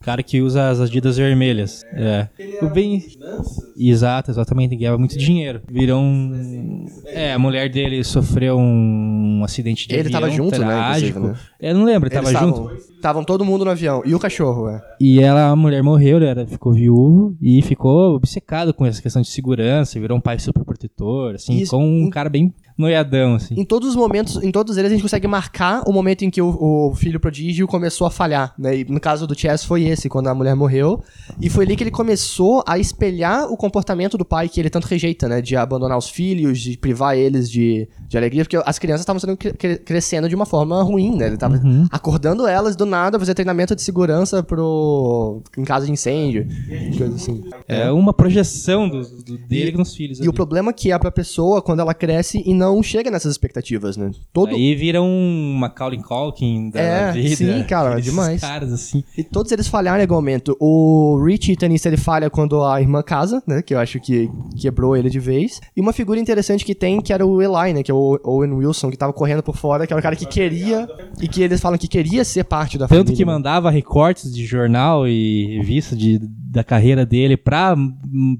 Speaker 3: O cara que usa as adidas vermelhas. É.
Speaker 4: ele era
Speaker 3: O bem...
Speaker 4: finanças, É.
Speaker 3: Exato, exatamente. Ganhava muito dinheiro. Virou um. É, a mulher dele sofreu um acidente de
Speaker 2: Ele
Speaker 3: avião
Speaker 2: tava junto, né,
Speaker 3: trágico.
Speaker 2: inclusive, né?
Speaker 3: Eu não lembro,
Speaker 2: Eles
Speaker 3: tava junto.
Speaker 2: estavam- Estavam todo mundo no avião. E o cachorro, é.
Speaker 3: E ela, a mulher morreu, ele era, ficou viúvo e ficou obcecado com essa questão de segurança, virou um pai super protetor, assim,
Speaker 2: Isso.
Speaker 3: com um cara bem noiadão, assim.
Speaker 2: Em todos os momentos, em todos eles, a gente consegue marcar o momento em que o, o filho prodígio começou a falhar, né? E no caso do Chess foi esse, quando a mulher morreu. E foi ali que ele começou a espelhar o comportamento do pai que ele tanto rejeita, né? De abandonar os filhos, de privar eles de, de alegria, porque as crianças estavam sendo cre- cre- crescendo de uma forma ruim, né? Ele tava acordando elas do nada, fazer treinamento de segurança pro. em caso de incêndio. Coisa assim.
Speaker 3: É uma projeção do, do- dele nos filhos.
Speaker 2: E o problema é que é pra pessoa quando ela cresce e não chega nessas expectativas, né? Todo,
Speaker 3: Aí vira um Macaulay Culkin da
Speaker 2: É,
Speaker 3: vida.
Speaker 2: sim, cara,
Speaker 3: Esses
Speaker 2: demais.
Speaker 3: caras, assim.
Speaker 2: E todos eles falharam em algum momento. O Richie tenista ele falha quando a irmã casa, né? Que eu acho que quebrou ele de vez. E uma figura interessante que tem, que era o Eli, né? Que é o Owen Wilson, que tava correndo por fora, que era o cara que queria. E que eles falam que queria ser parte da
Speaker 3: Tanto
Speaker 2: família.
Speaker 3: que
Speaker 2: né?
Speaker 3: mandava recortes de jornal e revista de, da carreira dele pra,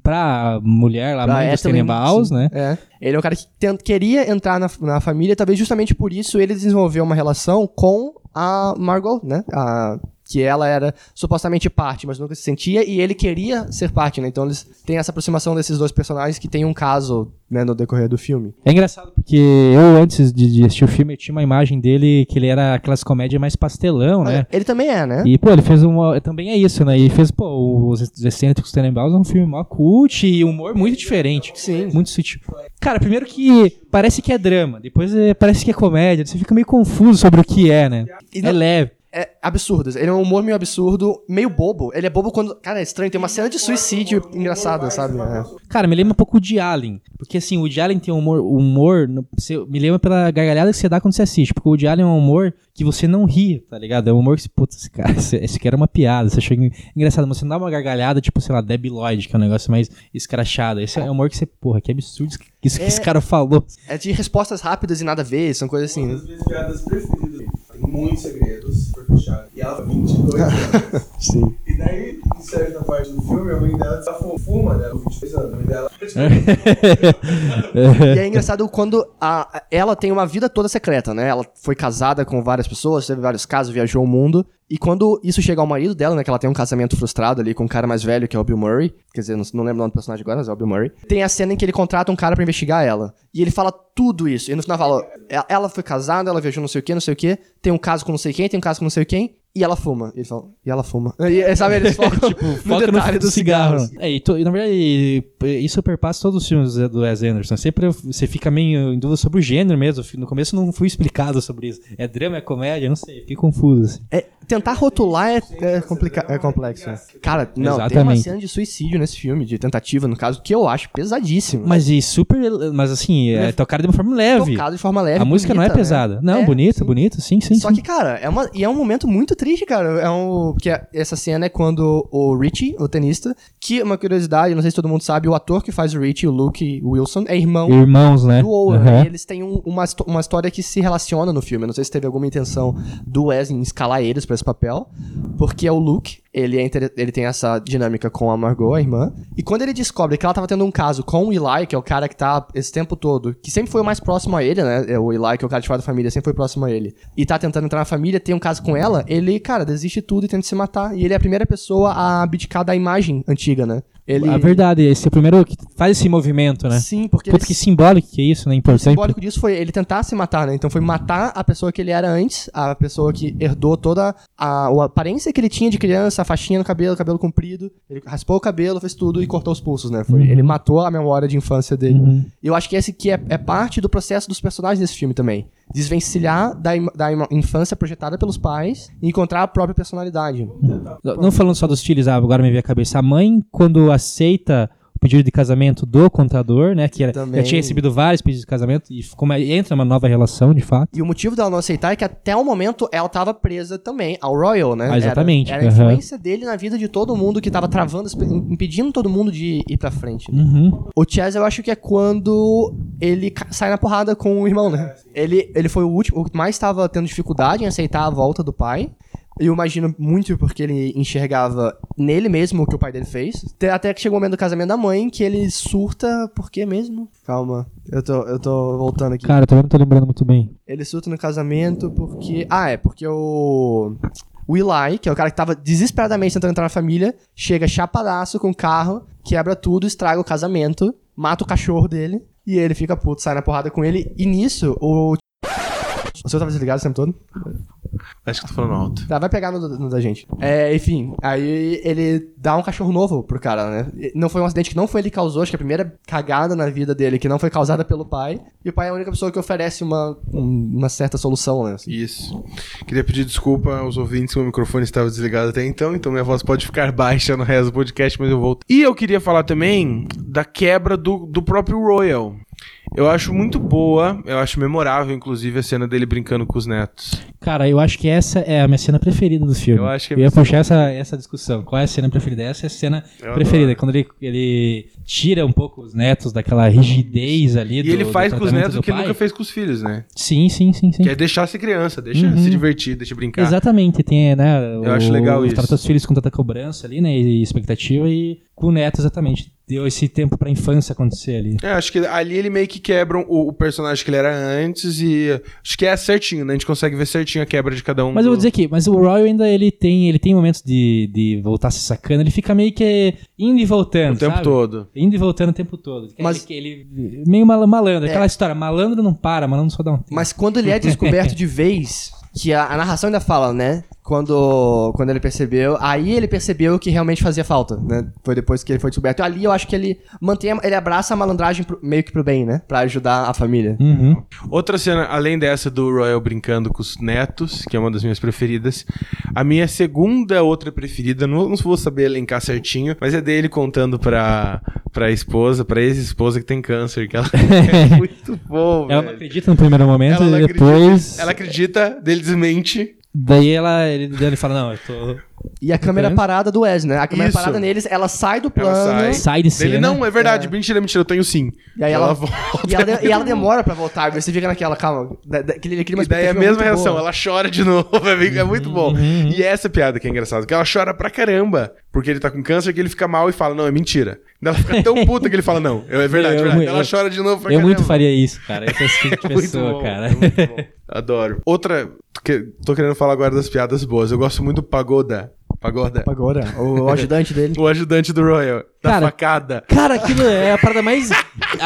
Speaker 3: pra mulher lá,
Speaker 2: Pra
Speaker 3: mãe dos
Speaker 2: Ethel,
Speaker 3: Tenebaus,
Speaker 2: sim.
Speaker 3: né?
Speaker 2: É. Ele é um cara que ten- queria entrar na, na família, talvez justamente por isso ele desenvolveu uma relação com a Margot, né? A- que ela era supostamente parte, mas nunca se sentia, e ele queria ser parte, né? Então eles têm essa aproximação desses dois personagens que tem um caso, né, no decorrer do filme.
Speaker 3: É engraçado porque eu, antes de, de assistir o filme, eu tinha uma imagem dele que ele era aquelas comédias mais pastelão, né?
Speaker 2: Ele também é, né?
Speaker 3: E, pô, ele fez um. Também é isso, né? E fez, pô, Os Excêntricos Tenenbaums é um filme mó cult e humor muito diferente.
Speaker 2: Sim.
Speaker 3: Muito sutil. Cara, primeiro que parece que é drama, depois é- parece que é comédia, você fica meio confuso sobre o que é, né?
Speaker 2: E
Speaker 3: É
Speaker 2: não-
Speaker 3: leve.
Speaker 2: É absurdo. Ele é um humor meio absurdo, meio bobo. Ele é bobo quando. Cara, é estranho. Tem uma cena de suicídio engraçada, sabe? É.
Speaker 3: Cara, me lembra um pouco o de Allen. Porque assim, o de Allen tem um humor. um humor no- você- me lembra pela gargalhada que você dá quando você assiste. Porque o de Allen é um humor que você não ri, tá ligado? É um humor que você, putz, esse cara, esse, esse cara é uma piada. Você achou en- engraçado, mas você não dá uma gargalhada, tipo, sei lá, Debbie Lloyd, que é um negócio mais escrachado. Esse é um humor que você, porra, que absurdo isso que, isso que
Speaker 2: É.
Speaker 3: esse cara falou.
Speaker 2: É de respostas rápidas e nada a ver, são coisas assim.
Speaker 4: uma
Speaker 2: né?
Speaker 4: das minhas piadas preferidas. Tem muitos segredos pra fechar. E ela tem 22 anos.
Speaker 2: Sim.
Speaker 4: E daí, em certa parte do filme, a mãe dela tá fuma, né? Com 22 anos. A mãe dela.
Speaker 2: E é engraçado quando a, ela tem uma vida toda secreta, né? Ela foi casada com várias pessoas, teve vários casos, viajou o mundo. E quando isso chega ao marido dela, né? Que ela tem um casamento frustrado ali com um cara mais velho, que é o Bill Murray. Quer dizer, não, não lembro o nome do personagem agora, mas é o Bill Murray. Tem a cena em que ele contrata um cara pra investigar ela. E ele fala tudo isso. E no final fala: "E- ela foi casada, ela viajou não sei o que, não sei o que. Tem um caso com não sei quem, tem um caso com não sei quem. E ela fuma. E ele fala, e ela fuma. E, sabe, eles focam Tipo, no
Speaker 3: Foca
Speaker 2: detalhe
Speaker 3: fim
Speaker 2: do cigarro.
Speaker 3: É, e, to- e na verdade, isso perpassa todos os filmes do Wes Anderson. Sempre eu- você fica meio em dúvida sobre o gênero mesmo. No começo eu não fui explicado sobre isso. É drama, é comédia, eu não sei. Fiquei confuso, assim.
Speaker 2: É, tentar rotular é, é, complica- é complexo. né? Cara, não, tem uma
Speaker 3: Exatamente.
Speaker 2: cena de suicídio nesse filme, de tentativa, no caso, que eu acho pesadíssimo.
Speaker 3: Mas e super. Mas assim, é tocado de uma forma leve.
Speaker 2: Tocado de forma leve.
Speaker 3: a música não é
Speaker 2: bonita, né?
Speaker 3: pesada. Não,
Speaker 2: É,
Speaker 3: bonito,
Speaker 2: sim.
Speaker 3: bonito, sim, sim.
Speaker 2: Só
Speaker 3: sim.
Speaker 2: que, cara, é, uma, e é um momento muito triste, cara. É um, porque essa cena é quando o Richie, o tenista, que, uma curiosidade, não sei se todo mundo sabe, o ator que faz o Richie, o Luke Wilson, é irmão
Speaker 3: Irmãos, né?
Speaker 2: do Owen.
Speaker 3: Aham.
Speaker 2: E eles têm um- uma, histó- uma história que se relaciona no filme. Eu Não sei se teve alguma intenção do Wes em escalar eles pra esse papel, porque é o Luke. ele, é inter- ele tem essa dinâmica com a Margot, a irmã. E quando ele descobre que ela tava tendo um caso com o Eli, que é o cara que tá esse tempo todo, que sempre foi o mais próximo a ele, né? É O Eli, que é o cara de fora da família, sempre foi próximo a ele. E tá tentando entrar na família, tem um caso com ela, ele, cara, desiste tudo e tenta se matar. E ele é a primeira pessoa a abdicar da imagem antiga, né? Ele...
Speaker 3: A verdade, esse é o primeiro que faz esse movimento, né?
Speaker 2: Sim, porque
Speaker 3: Puta, que
Speaker 2: ele
Speaker 3: simbólico que é isso, né?
Speaker 2: o
Speaker 3: Importante.
Speaker 2: simbólico disso foi ele tentar se matar, né? Então foi matar a pessoa que ele era antes, a pessoa que herdou toda a, a aparência que ele tinha de criança, a faixinha no cabelo, cabelo comprido. Ele raspou o cabelo, fez tudo e cortou os pulsos, né? Foi, Ele matou a memória de infância dele.
Speaker 3: Uhum.
Speaker 2: E eu acho que esse que é, é parte do processo dos personagens desse filme também. Desvencilhar da, im- da im- infância projetada pelos pais e encontrar a própria personalidade.
Speaker 3: Não não falando só dos filhos, ah, agora me veio a cabeça. A mãe, quando aceita o pedido de casamento do contador, né? Que ela,
Speaker 2: Também.
Speaker 3: ela tinha recebido vários pedidos de casamento e como é- entra uma nova relação, de fato.
Speaker 2: E o motivo dela não aceitar é que até o momento ela tava presa também ao Royal, né?
Speaker 3: Ah, exatamente,
Speaker 2: Era, era a
Speaker 3: aham.
Speaker 2: influência dele na vida de todo mundo que tava travando, impedindo todo mundo de ir pra frente.
Speaker 3: Uhum.
Speaker 2: O Chaz, eu acho que é quando ele ca- sai na porrada com o irmão, né? Ele, ele foi o último, o que mais estava tendo dificuldade em aceitar a volta do pai. Eu imagino muito porque ele enxergava nele mesmo o que o pai dele fez. Até- Até que chegou o momento do casamento da mãe que ele surta. Por quê mesmo? Calma, eu tô, eu tô voltando aqui.
Speaker 3: Cara, eu também não tô lembrando muito bem.
Speaker 2: Ele surta no casamento porque. Ah, é, porque o. O Eli, que é o cara que tava desesperadamente tentando entrar na família, chega chapadaço com o carro, quebra tudo, estraga o casamento, mata o cachorro dele, e ele fica puto, sai na porrada com ele, e nisso o. O senhor tava desligado o tempo todo?
Speaker 1: Acho que eu tô falando alto.
Speaker 2: Tá, vai pegar no, no da gente. É, enfim, aí ele dá um cachorro novo pro cara, né? E Não foi um acidente que não foi ele que causou, acho que a primeira cagada na vida dele que não foi causada pelo pai. E o pai é a única pessoa que oferece uma, um- uma certa solução, né?
Speaker 1: Isso. Queria pedir desculpa aos ouvintes, meu microfone estava desligado até então, então minha voz pode ficar baixa no resto do podcast, mas eu volto. E eu queria falar também da quebra do, do próprio Royal. Eu acho muito boa, eu acho memorável, inclusive, a cena dele brincando com os netos.
Speaker 3: Cara, eu acho que essa é a minha cena preferida do filme.
Speaker 1: Eu acho que é
Speaker 3: eu ia
Speaker 1: a minha
Speaker 3: puxar essa, essa discussão. Qual é a cena preferida? Essa é a cena
Speaker 1: Eu
Speaker 3: preferida. Quando ele, ele tira um pouco os netos daquela rigidez ali
Speaker 1: E
Speaker 3: do
Speaker 1: ele
Speaker 3: do
Speaker 1: faz com os
Speaker 3: tratamento
Speaker 1: netos
Speaker 3: do
Speaker 1: o que ele
Speaker 3: pai.
Speaker 1: nunca fez com os filhos, né?
Speaker 3: Sim, sim, sim, sim.
Speaker 1: Que é deixar ser criança, deixa
Speaker 3: Uhum.
Speaker 1: se divertir, deixa brincar.
Speaker 3: Exatamente, tem, né?
Speaker 1: Eu acho legal isso.
Speaker 3: Trata os filhos com tanta cobrança ali, né? E expectativa, e com o neto, exatamente. Deu esse tempo pra infância acontecer ali.
Speaker 1: É, acho que ali ele meio que quebram o, o personagem que ele era antes e acho que é certinho, né? A gente consegue ver certinho a quebra de cada um.
Speaker 3: Mas eu vou
Speaker 1: do-
Speaker 3: dizer aqui, mas o Royal ainda ele tem, ele tem momentos de, de voltar a se sacando, ele fica meio que indo e voltando.
Speaker 1: o tempo
Speaker 3: sabe?
Speaker 1: todo.
Speaker 3: Indo e voltando o tempo todo.
Speaker 2: Mas-
Speaker 3: Mas ele, ele- meio mal- malandro,
Speaker 1: É.
Speaker 3: aquela história, malandro não para, malandro só dá um tempo.
Speaker 2: Mas quando ele é descoberto de vez, que a, a narração ainda fala, né? Quando, quando ele percebeu, aí ele percebeu que realmente fazia falta, né? Foi depois que ele foi descoberto. Ali eu acho que ele mantém, a- ele abraça a malandragem pro- meio que pro bem, né? Pra ajudar a família.
Speaker 3: Uhum.
Speaker 1: Outra cena, além dessa do Royal brincando com os netos, que é uma das minhas preferidas, a minha segunda outra preferida, não, não vou saber elencar certinho, mas é dele contando pra, pra esposa, pra ex-esposa que tem câncer, que ela é muito bom,
Speaker 3: Ela não
Speaker 1: velho.
Speaker 3: acredita no primeiro
Speaker 1: é.
Speaker 3: momento
Speaker 1: Ela não
Speaker 3: e
Speaker 1: acredita.
Speaker 3: depois.
Speaker 1: Ela acredita, dele desmente.
Speaker 3: Daí ela, ele, daí ele fala: Não, eu tô.
Speaker 2: E a câmera
Speaker 3: Entendeu?
Speaker 2: parada do Wes, né? A câmera
Speaker 1: Isso.
Speaker 2: parada neles, ela sai do
Speaker 1: Ela
Speaker 2: plano.
Speaker 1: sai.
Speaker 3: Sai de cena.
Speaker 1: Ele, não, é verdade, mentira, mentira, eu tenho sim.
Speaker 2: E aí ela,
Speaker 1: volta.
Speaker 2: e, ela de- e ela demora pra voltar, você fica naquela, calma. Da, da, aquele, aquele
Speaker 1: E daí é a mesma reação, ela chora de novo, é bem- é muito
Speaker 3: Uhum,
Speaker 1: bom. E essa piada que é engraçada, porque ela chora pra caramba, porque ele tá com câncer, que ele fica mal e fala, não, é mentira. Daí Ela fica tão puta que ele fala, não, é verdade,
Speaker 3: Eu-
Speaker 1: verdade. Daí
Speaker 3: eu-
Speaker 1: ela chora de novo pra
Speaker 3: Eu
Speaker 1: caramba.
Speaker 3: muito faria isso, cara. Eu sou esse tipo de
Speaker 1: Muito
Speaker 3: pessoa,
Speaker 1: bom,
Speaker 3: cara.
Speaker 1: é muito bom. Adoro. Outra, que- tô querendo falar agora das piadas boas, eu gosto muito do Pagoda. Pagoda.
Speaker 2: Agora, o ajudante dele.
Speaker 1: O ajudante do Royal, da
Speaker 3: Cara,
Speaker 1: facada.
Speaker 3: Cara, aquilo é a parada mais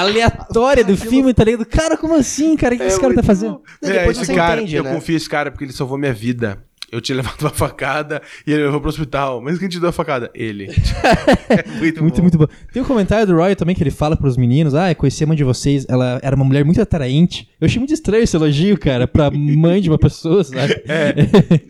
Speaker 3: aleatória do filme, tá ligado? Cara, como assim, cara?
Speaker 1: É
Speaker 3: O que esse cara tá fazendo?
Speaker 2: Não, depois
Speaker 1: esse
Speaker 2: você
Speaker 1: cara,
Speaker 2: entende,
Speaker 1: eu
Speaker 2: né?
Speaker 1: confio nesse cara porque ele salvou minha vida. Eu tinha levado uma facada e ele levou pro hospital. Mas quem te deu a facada? Ele. É muito,
Speaker 3: Muito,
Speaker 1: bom.
Speaker 3: muito bom. Tem um comentário do Roy também que ele fala pros meninos: Ah, eu conheci a mãe de vocês. Ela era uma mulher muito atraente. Eu achei muito estranho esse elogio, cara, pra mãe de uma pessoa, sabe?
Speaker 1: É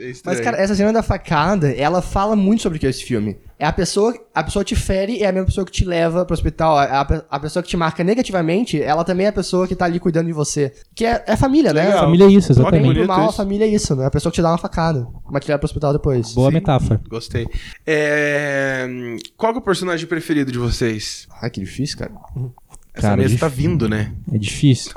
Speaker 1: estranho.
Speaker 2: Mas, cara, essa cena da facada, ela fala muito sobre o que é esse filme. É a pessoa, a pessoa que te fere, é a mesma pessoa que te leva pro hospital. É, A, a- a pessoa que te marca negativamente, ela também é a pessoa que tá ali cuidando de você. Que é, é família, né?
Speaker 1: Legal.
Speaker 3: Família é isso,
Speaker 1: Olha que
Speaker 2: Bem
Speaker 3: exatamente.
Speaker 1: bonito
Speaker 2: pro mal, a
Speaker 1: isso.
Speaker 2: família é isso, né? A pessoa que te dá uma facada, mas te leva pro hospital depois.
Speaker 3: Boa
Speaker 1: Sim.
Speaker 3: metáfora.
Speaker 1: Gostei. É, Qual que é o personagem preferido de vocês?
Speaker 2: Ah, que difícil, cara.
Speaker 1: Essa
Speaker 3: Cara,
Speaker 1: mesa
Speaker 3: dif-
Speaker 1: tá vindo, né?
Speaker 3: É difícil.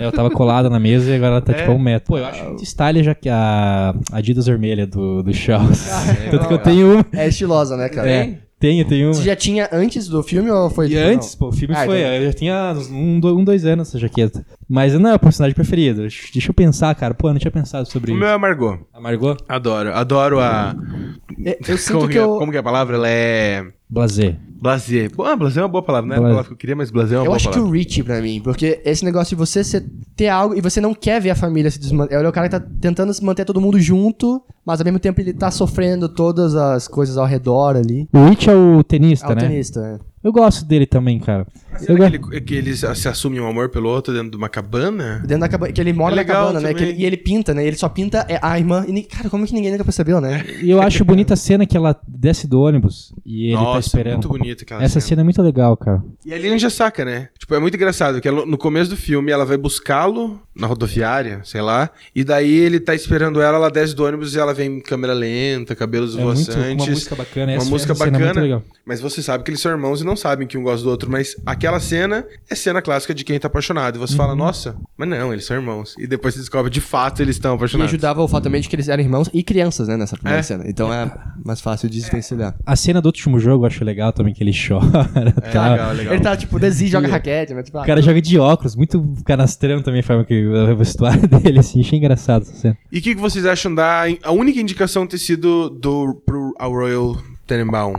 Speaker 3: É, eu tava colada na mesa e agora ela tá
Speaker 1: É.
Speaker 3: tipo a um metro. Pô, eu acho muito style já que a a Adidas vermelha do, do Charles. Tanto que eu tenho uma.
Speaker 2: É estilosa, né, cara?
Speaker 3: É, tenho, tenho
Speaker 2: Você
Speaker 3: uma.
Speaker 2: já tinha antes do filme ou foi
Speaker 3: E
Speaker 2: tipo,
Speaker 3: antes,
Speaker 2: não?
Speaker 3: pô, o filme
Speaker 2: Ah,
Speaker 3: foi.
Speaker 2: então-
Speaker 3: Eu já tinha uns um, do- um, dois anos essa jaqueta. Mas não é o personagem preferido. Deixa eu pensar, cara. Pô, eu não tinha pensado sobre
Speaker 1: O
Speaker 3: isso.
Speaker 1: meu é a Margot.
Speaker 3: A Margot?
Speaker 1: Adoro. Adoro a.
Speaker 2: Eu- Eu
Speaker 1: como,
Speaker 2: sinto que
Speaker 1: é,
Speaker 2: eu.
Speaker 1: como que é a palavra? Ela é.
Speaker 3: Blazer.
Speaker 1: Blazer. Bom, Ah, blazer é uma boa palavra, né? Não é a
Speaker 3: Blazer.
Speaker 1: palavra que eu queria, mas blazer é uma
Speaker 2: Eu
Speaker 1: boa
Speaker 2: acho que
Speaker 1: palavra.
Speaker 2: o Rich pra mim, porque esse negócio de você ser- ter algo e você não quer ver a família se desmantelar. Ele é o cara que tá tentando se manter todo mundo junto, mas ao mesmo tempo ele tá sofrendo todas as coisas ao redor ali.
Speaker 3: O Rich é o tenista,
Speaker 2: É o
Speaker 3: né?
Speaker 2: tenista, é.
Speaker 3: Eu gosto dele também, cara. Eu
Speaker 1: Será
Speaker 3: go-
Speaker 1: que, ele- que eles se assumem um amor pelo outro dentro de uma cabana?
Speaker 2: Dentro da cabana, que ele mora
Speaker 1: É
Speaker 2: na
Speaker 1: legal
Speaker 2: cabana, né? Que
Speaker 1: também.
Speaker 2: ele- e ele pinta, né? Ele só pinta é, a irmã. E, ni- cara, como que ninguém nunca percebeu, né?
Speaker 3: E eu acho bonita a cena que ela desce do ônibus e ele tá
Speaker 1: Nossa,
Speaker 3: esperando.
Speaker 1: muito bonito aquela
Speaker 3: Essa cena é muito legal, cara.
Speaker 1: E ali ele já saca, né? Tipo, é muito engraçado que ela- no começo do filme ela vai buscá-lo na rodoviária, sei lá, e daí ele tá esperando ela, ela desce do ônibus e ela vem em câmera lenta, cabelos
Speaker 3: É muito-
Speaker 1: voaçantes.
Speaker 3: uma música bacana,
Speaker 1: Uma
Speaker 3: essa-
Speaker 1: música
Speaker 3: essa cena é muito
Speaker 1: bacana,
Speaker 3: legal.
Speaker 1: mas você sabe que eles são irmãos e não sabem que um gosta do outro, mas aquela cena é cena clássica de quem tá apaixonado. E você
Speaker 3: Uhum.
Speaker 1: fala, nossa, mas não, eles são irmãos. E depois você descobre, de fato, eles estão
Speaker 2: E
Speaker 1: apaixonados.
Speaker 2: ajudava o fato também de que eles eram irmãos e crianças, né? Nessa primeira
Speaker 1: É.
Speaker 2: cena. Então é mais fácil de desvencilhar.
Speaker 3: A cena do último jogo eu acho legal também, que ele chora.
Speaker 1: É,
Speaker 3: tá?
Speaker 1: legal, legal.
Speaker 2: Ele tá, tipo, desiste, joga raquete, né? Tipo, ah,
Speaker 3: O cara joga de óculos, muito canastrão também a forma que o vestuário dele, assim, achei engraçado essa cena.
Speaker 1: E o que, que vocês acham da a única indicação ter sido do pro ao Royal Tenenbaum,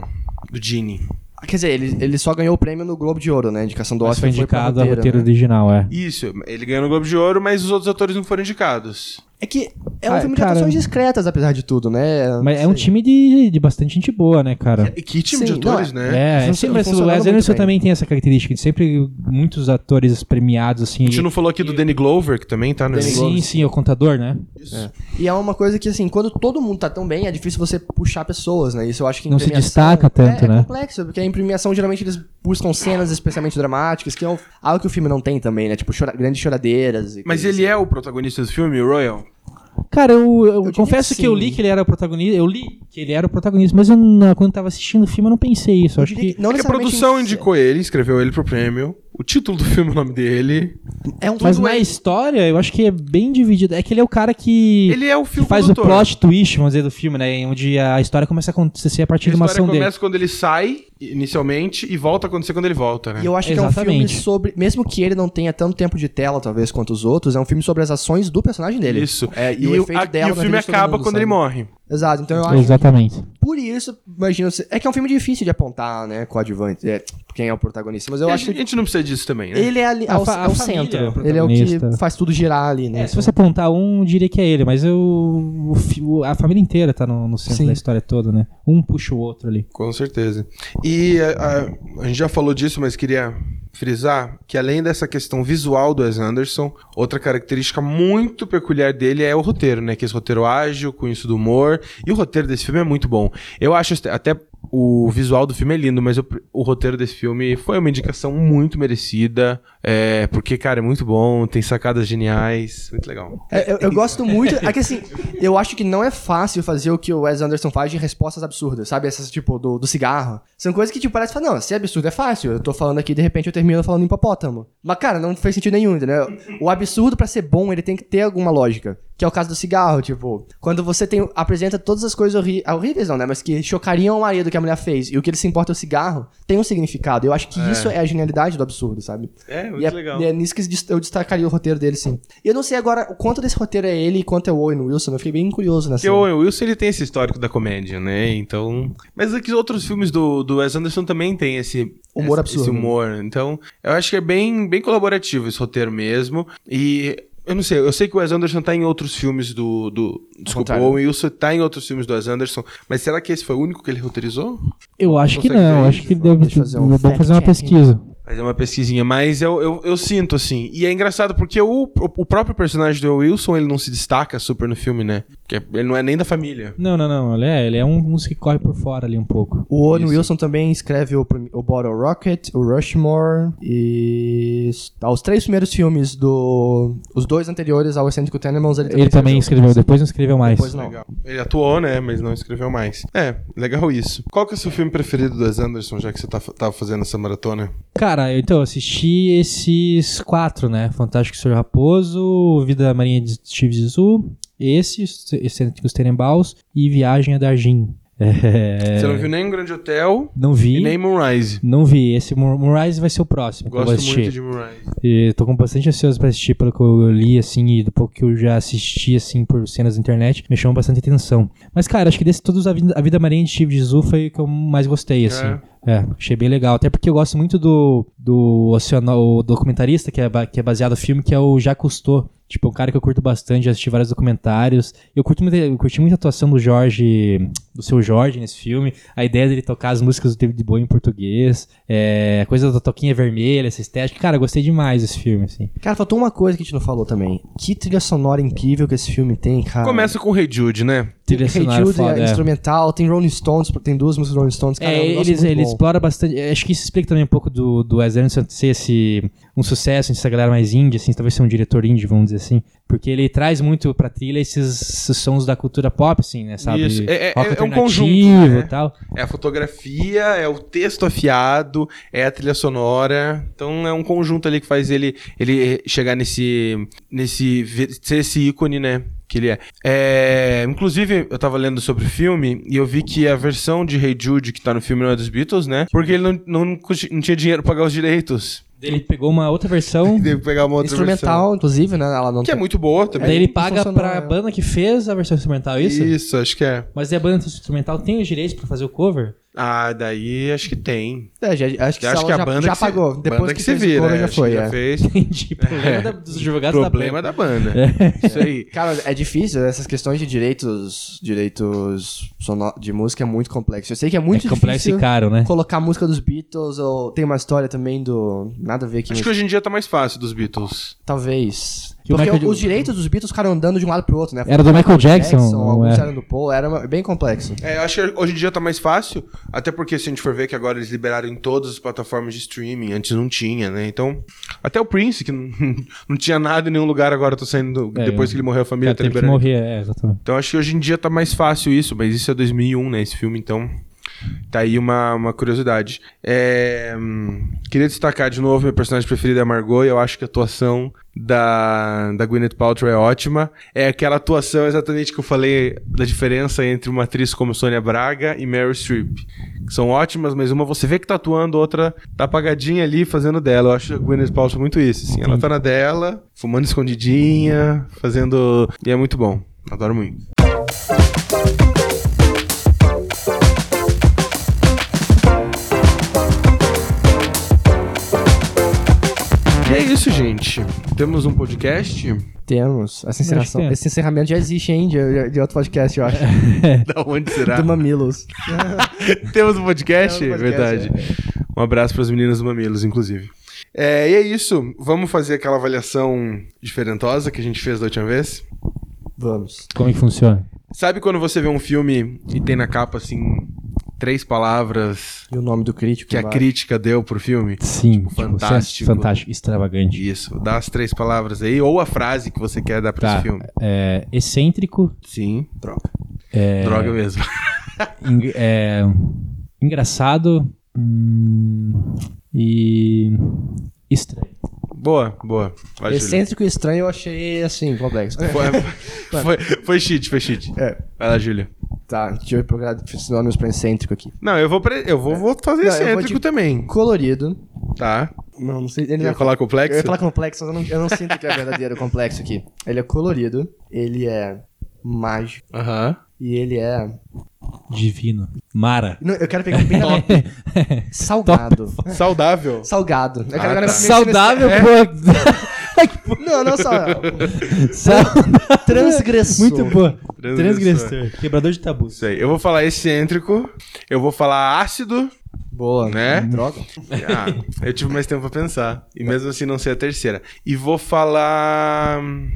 Speaker 1: do Genie?
Speaker 2: Quer dizer, ele, ele só ganhou o prêmio no Globo de Ouro, né? A indicação do
Speaker 3: Mas
Speaker 2: Oscar
Speaker 3: foi
Speaker 2: pra
Speaker 3: indicado a roteiro,
Speaker 2: né?
Speaker 3: original, é.
Speaker 1: Isso, ele ganhou no Globo de Ouro, mas os outros atores não foram indicados.
Speaker 2: É que é um
Speaker 3: Ah,
Speaker 2: filme de
Speaker 3: cara.
Speaker 2: atuações discretas, apesar de tudo, né?
Speaker 3: Mas é um time de, de bastante gente boa, né, cara?
Speaker 2: É.
Speaker 1: E que time de
Speaker 2: Sim, não,
Speaker 1: atores, né?
Speaker 3: É,
Speaker 2: Funcionou-
Speaker 3: sempre esse- o
Speaker 2: funcionou
Speaker 3: Wes
Speaker 2: muito
Speaker 3: Anderson
Speaker 2: bem.
Speaker 3: também tem essa característica de sempre muitos atores premiados, assim.
Speaker 1: A gente não falou aqui do Danny Glover, que também tá no
Speaker 2: Danny Glover.
Speaker 3: Sim, sim, é o contador, né?
Speaker 2: E é uma coisa que, assim, quando todo mundo tá tão bem, é difícil você puxar pessoas, né? Isso eu acho que em
Speaker 3: Não se
Speaker 2: premiação-
Speaker 3: destaca tanto,
Speaker 2: é,
Speaker 3: né?
Speaker 2: É complexo, porque em premiação geralmente eles buscam cenas especialmente dramáticas, que é um- algo que o filme não tem também, né? Tipo, chora- grandes choradeiras. e
Speaker 1: Mas
Speaker 2: coisas assim.
Speaker 1: ele é o protagonista do filme, o Royal?
Speaker 3: Cara, eu, assim- eu
Speaker 2: diria
Speaker 3: confesso
Speaker 2: que
Speaker 3: que eu
Speaker 2: sim.
Speaker 3: li que ele era o protagonista. Eu li que ele era o protagonista, mas eu, não- quando tava assistindo o filme eu não pensei isso. Eu acho
Speaker 2: assim. Eu diria
Speaker 3: que.
Speaker 2: que não
Speaker 1: Porque a
Speaker 2: necessariamente
Speaker 1: produção
Speaker 2: em-
Speaker 1: indicou ele, escreveu ele pro prêmio. O título do filme é o nome dele.
Speaker 2: É um
Speaker 3: Mas
Speaker 2: tudo
Speaker 3: na
Speaker 2: é-
Speaker 3: história, eu acho que é bem dividido. É que ele é o cara que.
Speaker 1: Ele é o filme
Speaker 3: que faz o plot twist, vamos dizer, do filme, né? Onde a história começa a acontecer a
Speaker 1: A
Speaker 3: partir de uma
Speaker 1: história
Speaker 3: ação
Speaker 1: começa
Speaker 3: dele.
Speaker 1: quando ele sai, inicialmente, e volta a acontecer quando ele volta, né?
Speaker 2: E eu acho que é um filme
Speaker 3: Exatamente.
Speaker 2: sobre. Mesmo que ele não tenha tanto tempo de tela, talvez, quanto os outros, é um filme sobre as ações do personagem dele.
Speaker 1: Isso.
Speaker 2: É, e, o, efeito
Speaker 1: a-
Speaker 2: dela
Speaker 1: e o
Speaker 2: na
Speaker 1: filme
Speaker 2: vida de todo
Speaker 1: acaba
Speaker 2: mundo,
Speaker 1: quando ele
Speaker 2: sabe?
Speaker 1: morre.
Speaker 2: Exato, então eu acho
Speaker 3: Exatamente.
Speaker 2: Por isso, imagino. se- É que é um filme difícil de apontar, né? Coadjuvante. É, quem é o protagonista. Mas eu
Speaker 1: a,
Speaker 2: acho
Speaker 1: gente, a
Speaker 2: que.
Speaker 1: gente não precisa disso também, né?
Speaker 2: Ele é, ali,
Speaker 3: A
Speaker 2: é o,
Speaker 3: fa-
Speaker 2: é o
Speaker 3: a família é o
Speaker 2: centro. Ele é o
Speaker 3: protagonista.
Speaker 2: que faz tudo girar ali, né?
Speaker 3: É, se você apontar um, eu diria que é ele, mas eu, o fi- o- a família inteira tá no, no centro
Speaker 2: Sim.
Speaker 3: da história toda, né? Um puxa o outro ali.
Speaker 1: Com certeza. E é, a, a- a gente já falou disso, mas queria frisar que além dessa questão visual do Wes Anderson, outra característica muito peculiar dele é o roteiro, né? Que esse roteiro ágil, com isso do humor. E o roteiro desse filme é muito bom. Eu acho este- até o visual do filme é lindo, mas eu pre- o roteiro desse filme foi uma indicação muito merecida. É, porque, cara, é muito bom, tem sacadas geniais. Muito legal.
Speaker 2: É, eu, eu gosto muito. É que assim, eu acho que não é fácil fazer o que o Wes Anderson faz de respostas absurdas, sabe? Essas, tipo, do, do cigarro. São coisas que, tipo, parece que fala, não, se é absurdo é fácil. Eu tô falando aqui, de repente eu termino falando hipopótamo. Mas, cara, não fez sentido nenhum, entendeu? O absurdo, pra ser bom, ele tem que ter alguma lógica. Que é o caso do cigarro, tipo, quando você tem, apresenta todas as coisas horri- horríveis, não, né? Mas que chocariam o marido que a mulher fez. E o que ele se importa é o cigarro, tem um significado. Eu acho que isso é a genialidade do absurdo, sabe?
Speaker 1: É,
Speaker 2: E é, e é nisso que dest- eu destacaria o roteiro dele, sim. E eu não sei agora o quanto desse roteiro é ele e quanto é o Owen Wilson. Eu fiquei bem curioso nessa.
Speaker 1: Porque o Owen Wilson ele tem esse histórico da comédia, né? Então. Mas aqui outros filmes do, do Wes Anderson também tem esse
Speaker 2: Humor
Speaker 1: essa-
Speaker 2: absurdo.
Speaker 1: Esse humor. Então, eu acho que é bem, bem colaborativo esse roteiro mesmo. E. Eu não sei, eu sei que o Wes Anderson tá em outros filmes do. do desculpa,
Speaker 2: contrário.
Speaker 1: o Owen Wilson tá em outros filmes do Wes Anderson, mas será que esse foi o único que ele roteirizou?
Speaker 3: Eu acho que
Speaker 1: Consegue
Speaker 3: não,
Speaker 1: ver
Speaker 3: acho
Speaker 1: isso,
Speaker 3: que
Speaker 1: vamos
Speaker 3: deve
Speaker 2: fazer
Speaker 3: fazer,
Speaker 2: um fact
Speaker 3: fazer uma
Speaker 2: checking.
Speaker 3: pesquisa.
Speaker 1: Fazer uma pesquisinha, mas eu, eu, eu sinto assim. E é engraçado porque o, o próprio personagem do Owen Wilson ele não se destaca super no filme, né? Porque ele não é nem da família.
Speaker 3: Não, não, não. Ele é, ele é um, um que corre por fora ali um pouco.
Speaker 2: O Owen
Speaker 1: Isso.
Speaker 2: Wilson também escreve o, prim- o Bottle Rocket, o Rushmore e s- ah, os três primeiros filmes do os dois anteriores ao Eccentric Tenements ele também,
Speaker 3: Ele também escreveu, depois não escreveu mais.
Speaker 2: Depois não.
Speaker 1: Legal. Ele atuou, né? Mas não escreveu mais. É, legal isso. Qual que é o seu filme preferido do Wes Anderson, já que você tá, fa- tava fazendo essa maratona?
Speaker 3: Cara, Cara, eu- então, eu assisti esses quatro, né? Fantástico Senhor Raposo, Vida Marinha de Steve Zissou, esse, Excêntricos Tenenbaus e Viagem a Darjin. É,
Speaker 1: Você não viu nem o Grande Hotel
Speaker 3: não
Speaker 1: e
Speaker 3: vi,
Speaker 1: nem Moonrise.
Speaker 3: não vi. Esse Moon- Moonrise vai ser o próximo que eu vou
Speaker 1: Gosto
Speaker 3: assistir.
Speaker 1: muito de Moonrise.
Speaker 3: E tô com bastante ansioso pra assistir pelo que eu li, assim, e do pouco que eu já assisti, assim, por cenas da internet, me chamou bastante atenção. Mas, cara, acho que desse todos a vida, a vida marinha de Steve Zissou foi o que eu mais gostei, assim.
Speaker 1: É.
Speaker 3: É. achei bem legal. Até porque eu gosto muito do, do oceano, o documentarista que é, ba- que é baseado no filme, que é o Jacques Cousteau. Tipo, um cara que eu curto bastante, já assisti vários documentários. Eu, curto muito, eu curti muito a atuação do Jorge, do seu Jorge nesse filme. A ideia dele tocar as músicas do David Bowie em português. É, a coisa da toquinha vermelha, essa estética. Cara, eu gostei demais desse filme, assim.
Speaker 2: Cara, faltou uma coisa que a gente não falou também. Que trilha sonora incrível que esse filme tem, cara.
Speaker 1: Começa com o Rei Jude, né?
Speaker 3: Trilha
Speaker 2: Hey
Speaker 3: sonora
Speaker 2: Jude,
Speaker 3: foda,
Speaker 2: é
Speaker 3: é.
Speaker 2: instrumental, tem Rolling Stones, tem duas músicas do Rolling Stones, cara,
Speaker 3: É,
Speaker 2: é, um negócio
Speaker 3: eles,
Speaker 2: muito
Speaker 3: eles
Speaker 2: bom.
Speaker 3: exploram bastante. eh, Acho que isso explica também um pouco do, do Wes Anderson ser esse, um sucesso, essa galera mais indie, assim, talvez ser um diretor indie, vamos dizer assim. Porque ele traz muito pra trilha esses, esses sons da cultura pop, assim, né? Sabe?
Speaker 1: Isso, é- é-
Speaker 3: Rock
Speaker 1: é um
Speaker 3: alternativo
Speaker 1: conjunto, né?
Speaker 3: e tal.
Speaker 1: É a fotografia, é o texto afiado, é a trilha sonora. Então é um conjunto ali que faz ele, ele chegar nesse. nesse. ve- ser esse ícone, né? Que ele é. É, Inclusive, eu tava lendo sobre o filme e eu vi que a versão de Hey Jude que tá no filme não é dos Beatles, né? Porque ele não, não, custi- não tinha dinheiro pra pagar os direitos.
Speaker 3: Ele pegou uma outra versão,
Speaker 1: Teve que pegar uma outra
Speaker 2: Instrumental,
Speaker 1: versão.
Speaker 2: inclusive, né? Ela não
Speaker 1: Que é muito boa também.
Speaker 3: daí ele
Speaker 2: isso
Speaker 3: paga
Speaker 2: funcionou,
Speaker 3: pra
Speaker 2: é.
Speaker 3: banda que fez a versão instrumental, é isso?
Speaker 1: isso? acho que é.
Speaker 3: Mas daí a banda instrumental tem os direitos pra fazer o cover?
Speaker 1: Ah, daí acho que tem.
Speaker 2: É, já- acho que,
Speaker 1: acho
Speaker 2: ela
Speaker 1: que a
Speaker 2: já,
Speaker 1: banda
Speaker 2: já
Speaker 1: que se-
Speaker 2: pagou. Depois
Speaker 1: banda
Speaker 2: que,
Speaker 1: que se
Speaker 2: fez o
Speaker 1: vira,
Speaker 2: cover,
Speaker 1: né?
Speaker 2: já
Speaker 1: Acho que
Speaker 2: foi,
Speaker 1: já
Speaker 2: é.
Speaker 1: fez.
Speaker 3: Entendi. Problema
Speaker 1: É.
Speaker 3: da- dos advogados
Speaker 1: Problema
Speaker 3: da banda.
Speaker 1: da banda. Isso aí.
Speaker 2: Cara, é difícil, essas questões de direitos, direitos sono- de música é muito complexo. Eu sei que é muito
Speaker 3: é complexo e
Speaker 2: difícil
Speaker 3: caro, né?
Speaker 2: colocar a música dos Beatles ou tem uma história também do nada a ver aqui,
Speaker 1: Acho
Speaker 2: mas
Speaker 1: que hoje em dia tá mais fácil dos Beatles.
Speaker 2: talvez.
Speaker 3: Que o
Speaker 2: Porque
Speaker 3: Michael-
Speaker 2: os direitos dos Beatles ficaram andando de um lado pro outro, né?
Speaker 3: Era do Michael Jackson, não
Speaker 2: alguns
Speaker 3: é?
Speaker 2: eram do Paul, era uma- bem complexo.
Speaker 1: É, eu acho que hoje em dia tá mais fácil, até porque se a gente for ver que agora eles liberaram em todas as plataformas de streaming, antes não tinha, né? Então, até o Prince, que não, não tinha nada em nenhum lugar, agora tá saindo,
Speaker 3: É,
Speaker 1: depois que ele morreu, a família
Speaker 3: Cara,
Speaker 1: tá
Speaker 3: teve que
Speaker 1: liberando.
Speaker 3: morrer, é, exatamente.
Speaker 1: Então, acho que hoje em dia tá mais fácil isso, mas isso é 2001, né? Esse filme, então, tá aí uma, uma curiosidade. É, hum, queria destacar de novo, meu personagem preferido é a Margot, e eu acho que a atuação da, da Gwyneth Paltrow é ótima. É aquela atuação exatamente que eu falei da diferença entre uma atriz como Sônia Braga e Meryl Streep. que São ótimas, mas uma você vê que tá atuando, outra tá apagadinha ali fazendo dela. Eu acho a Gwyneth Paltrow muito isso, assim. Ela tá na dela, fumando escondidinha, fazendo... E é muito bom. Adoro muito. E é isso, gente. Temos um podcast?
Speaker 2: Temos. Essa
Speaker 3: acho
Speaker 2: encerração-
Speaker 3: que tem.
Speaker 2: esse encerramento já existe, hein? De, de outro podcast, eu acho.
Speaker 1: da onde será?
Speaker 2: do Mamilos.
Speaker 1: Temos um podcast?
Speaker 2: Temos um podcast,
Speaker 1: Verdade. Um abraço para as meninas do Mamilos, inclusive. É, e é isso. Vamos fazer aquela avaliação diferentosa que a gente fez da última vez?
Speaker 2: Vamos.
Speaker 3: Como é que funciona?
Speaker 1: Sabe quando você vê um filme e tem na capa, assim, três palavras
Speaker 2: E o nome do crítico.
Speaker 1: que é a
Speaker 2: embaixo.
Speaker 1: crítica deu pro filme?
Speaker 3: Sim, tipo,
Speaker 1: fantástico.
Speaker 3: fantástico. fantástico, extravagante.
Speaker 1: Isso. Dá as três palavras aí, ou a frase que você quer dar pra
Speaker 3: Tá.
Speaker 1: esse filme.
Speaker 3: É, excêntrico,
Speaker 1: Sim. Droga. É.
Speaker 2: É.
Speaker 1: Droga mesmo.
Speaker 3: eng- é, engraçado hum, e estranho.
Speaker 1: Boa, boa. Vai, Júlio.
Speaker 2: Excêntrico e estranho eu achei, assim, complexo.
Speaker 1: Foi, foi, foi cheat, foi cheat.
Speaker 2: É.
Speaker 1: Vai lá, Júlia.
Speaker 2: Tá, deixa eu procurar sinônimos pra excêntrico aqui.
Speaker 1: Não, eu vou, pre- eu vou, vou fazer
Speaker 2: Não, eu vou
Speaker 1: excêntrico
Speaker 2: de-
Speaker 1: também.
Speaker 2: Colorido.
Speaker 1: Tá.
Speaker 2: Não, não sei. Ele
Speaker 1: Eu
Speaker 2: não é
Speaker 1: ia falar
Speaker 2: Eu
Speaker 1: complexo?
Speaker 2: ia falar complexo, mas eu não, eu não sinto que é verdadeiro complexo aqui. Ele é colorido, ele é mágico
Speaker 1: Aham.
Speaker 2: e ele é.
Speaker 3: Divino. Mara.
Speaker 2: Não, eu quero pegar bem na- salgado.
Speaker 1: Saudável.
Speaker 2: Salgado. Eu quero
Speaker 1: Ah,
Speaker 2: agora
Speaker 1: tá.
Speaker 2: comer
Speaker 3: Saudável,
Speaker 1: É.
Speaker 3: pô.
Speaker 2: esse- Não, não só.
Speaker 3: Sa-
Speaker 2: Transgressor.
Speaker 3: Muito boa.
Speaker 1: Transgressor.
Speaker 3: Transgressor. Quebrador de tabus.
Speaker 1: Isso aí. Eu vou falar excêntrico. Eu vou falar ácido.
Speaker 2: Boa.
Speaker 1: Né?
Speaker 2: Droga.
Speaker 1: Ah, eu tive mais tempo pra pensar. E mesmo assim não sei a terceira. E vou falar. hum,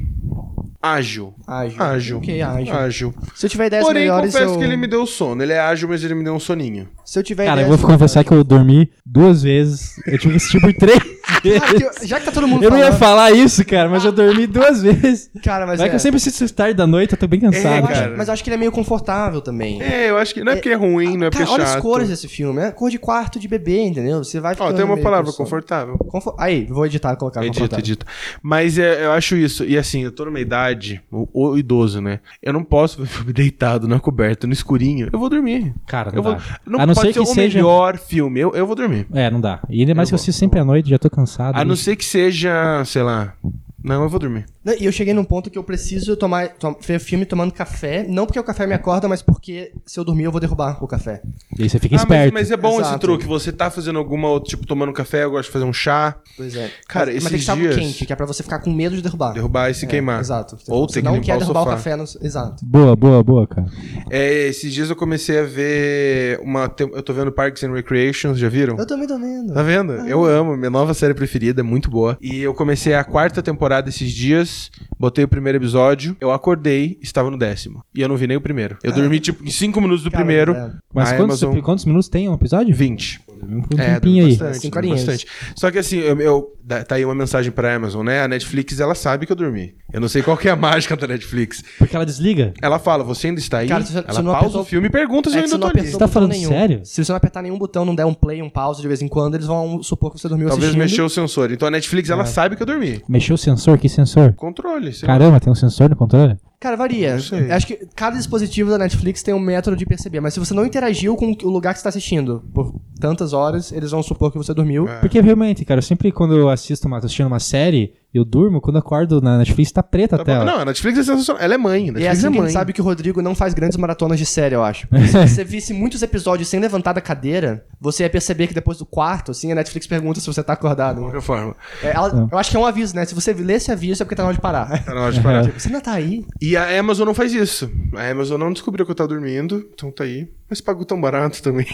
Speaker 1: Ágil.
Speaker 2: Ágil.
Speaker 1: Ágil.
Speaker 2: Ok, ágil.
Speaker 1: Ágil.
Speaker 2: Se eu tiver ideias
Speaker 1: Porém,
Speaker 2: melhores.
Speaker 1: confesso
Speaker 2: eu...
Speaker 1: que ele me deu sono. Ele é ágil, mas ele me deu um soninho.
Speaker 2: Se eu tiver
Speaker 3: Cara, eu
Speaker 2: ideias
Speaker 3: vou confessar que eu dormi duas vezes. Eu tive que assistir por três.
Speaker 2: Cara, que eu- já que tá todo mundo
Speaker 3: tipo Eu não ia
Speaker 2: falando...
Speaker 3: falar isso, cara, mas eu dormi duas vezes.
Speaker 2: Cara, mas
Speaker 3: Vai
Speaker 2: é,
Speaker 3: que eu sempre assisto tarde da noite, eu tô bem cansado.
Speaker 2: eu
Speaker 1: É,
Speaker 2: acho-
Speaker 3: Tá, cara.
Speaker 1: cara.
Speaker 2: Mas eu acho que ele é meio confortável também.
Speaker 1: É, eu acho que não é porque é ruim, não é porque
Speaker 2: Cara,
Speaker 1: é
Speaker 2: olha as
Speaker 1: chato.
Speaker 2: cores desse filme. É cor de quarto de bebê, entendeu? Você vai
Speaker 1: Ó,
Speaker 2: ficando
Speaker 1: tem uma
Speaker 2: meio
Speaker 1: palavra,
Speaker 2: com sono.
Speaker 1: confortável.
Speaker 2: Confo- Aí, vou editar e colocar
Speaker 1: Edito,
Speaker 2: confortável.
Speaker 1: edito. Mas é, eu acho isso. E assim, eu tô numa idade, o, o idoso, né? Eu não posso ver filme deitado na coberta, no escurinho. Eu vou dormir.
Speaker 2: Tá
Speaker 3: Cara, não
Speaker 1: Eu vou,
Speaker 3: dá. A não
Speaker 1: pode ser
Speaker 3: ser que
Speaker 1: o
Speaker 3: seja-
Speaker 1: melhor filme. Eu, eu vou dormir.
Speaker 3: É, não dá. E ainda mais
Speaker 1: Eu
Speaker 3: que eu
Speaker 1: vou,
Speaker 3: assisto
Speaker 1: eu
Speaker 3: sempre à noite, já
Speaker 2: Tá
Speaker 3: tô cansado.
Speaker 1: A não
Speaker 3: bicho.
Speaker 1: ser que seja, sei lá. Não, eu vou dormir.
Speaker 2: Não, E eu cheguei num ponto que eu preciso tomar tom- ver filme tomando café. Não porque o café me acorda, mas porque se eu dormir eu vou derrubar o café.
Speaker 3: E aí você fica
Speaker 1: Ah, mas,
Speaker 3: esperto.
Speaker 1: mas é bom esse
Speaker 2: Exato.
Speaker 1: truque. Você tá fazendo alguma outra, tipo, tomando café, eu gosto de fazer um chá,
Speaker 2: Pois é.
Speaker 1: Cara,
Speaker 2: mas, mas tem que
Speaker 1: esses
Speaker 2: ser
Speaker 1: dias-
Speaker 2: algo quente, que é pra você ficar com medo de derrubar.
Speaker 1: derrubar e se
Speaker 2: É,
Speaker 1: queimar.
Speaker 2: Exato.
Speaker 1: Ou
Speaker 2: você
Speaker 1: tem que
Speaker 2: não
Speaker 1: limpar
Speaker 2: quer
Speaker 1: o
Speaker 2: derrubar
Speaker 1: sofá.
Speaker 2: o café. No... Exato.
Speaker 3: Boa, boa, boa, cara.
Speaker 1: É, esses dias eu comecei a ver uma. tem- Eu tô vendo Parks and Recreations, já viram?
Speaker 2: Eu também tô Ah. vendo.
Speaker 1: Tá vendo? Eu amo, minha nova série preferida, é muito boa. E eu comecei a quarta temporada esses dias, botei o primeiro episódio, eu acordei, estava no décimo. E eu não vi nem o primeiro. Eu dormi, tipo, em cinco minutos do
Speaker 2: Ah. Cara,
Speaker 1: primeiro.
Speaker 2: é.
Speaker 3: Mas
Speaker 1: a
Speaker 3: quantos,
Speaker 1: Amazon-
Speaker 3: quantos minutos tem um episódio?
Speaker 1: 20.
Speaker 3: Um
Speaker 1: É,
Speaker 3: tempinho aí.
Speaker 1: bastante,
Speaker 2: Cinco
Speaker 1: dormi
Speaker 2: horinhas.
Speaker 1: bastante. Só que assim, eu, eu- da- tá aí uma mensagem pra Amazon, né? A Netflix, ela sabe que eu dormi. Eu não sei qual que é a mágica da Netflix.
Speaker 3: Porque ela desliga?
Speaker 1: Ela fala, você ainda está aí?
Speaker 2: Cara, você-
Speaker 1: ela
Speaker 2: você não
Speaker 1: pausa
Speaker 2: apertou-
Speaker 1: o filme e pergunta se
Speaker 2: É
Speaker 1: eu
Speaker 2: que você
Speaker 1: ainda tô
Speaker 2: não apertou
Speaker 1: ali.
Speaker 3: Você tá
Speaker 2: botão
Speaker 3: falando
Speaker 2: nenhum.
Speaker 3: sério?
Speaker 2: Se você não apertar nenhum botão, não der um play, um pause de vez em quando, eles vão supor que você dormiu
Speaker 1: Talvez
Speaker 2: assistindo.
Speaker 1: mexeu o sensor. Então a Netflix, ela sabe que eu dormi.
Speaker 3: Mexeu o sensor? Que sensor?
Speaker 1: Controle. sei lá.
Speaker 3: Caramba, tem um sensor no controle?
Speaker 2: Cara, varia.
Speaker 1: Não sei.
Speaker 2: Acho que cada dispositivo da Netflix tem um método de perceber, mas se você não interagiu com o lugar que você tá assistindo por tantas horas, eles vão supor que você dormiu.
Speaker 1: É.
Speaker 3: Porque realmente, cara, eu sempre quando eu assisto uma, tô assistindo uma série, eu durmo, quando eu acordo na Netflix tá preta a
Speaker 1: Tá bom.
Speaker 3: tela.
Speaker 1: Não, a Netflix é sensacional. Ela é mãe. a
Speaker 2: E é
Speaker 1: Netflix
Speaker 2: assim
Speaker 1: é
Speaker 2: que a gente
Speaker 1: mãe.
Speaker 2: sabe que o Rodrigo não faz grandes maratonas de série, eu acho. Porque Se você visse muitos episódios sem levantar da cadeira, você ia perceber que depois do quarto, assim, a Netflix pergunta se você tá acordado.
Speaker 1: qualquer forma.
Speaker 2: É, ela- eu acho que é um aviso, né? Se você lê esse aviso é porque tá na hora de parar.
Speaker 1: Tá na hora de parar.
Speaker 2: Você ainda tá aí?
Speaker 1: E a Amazon não faz isso. A Amazon não descobriu que eu tava dormindo, então tá aí. Mas pagou tão barato também.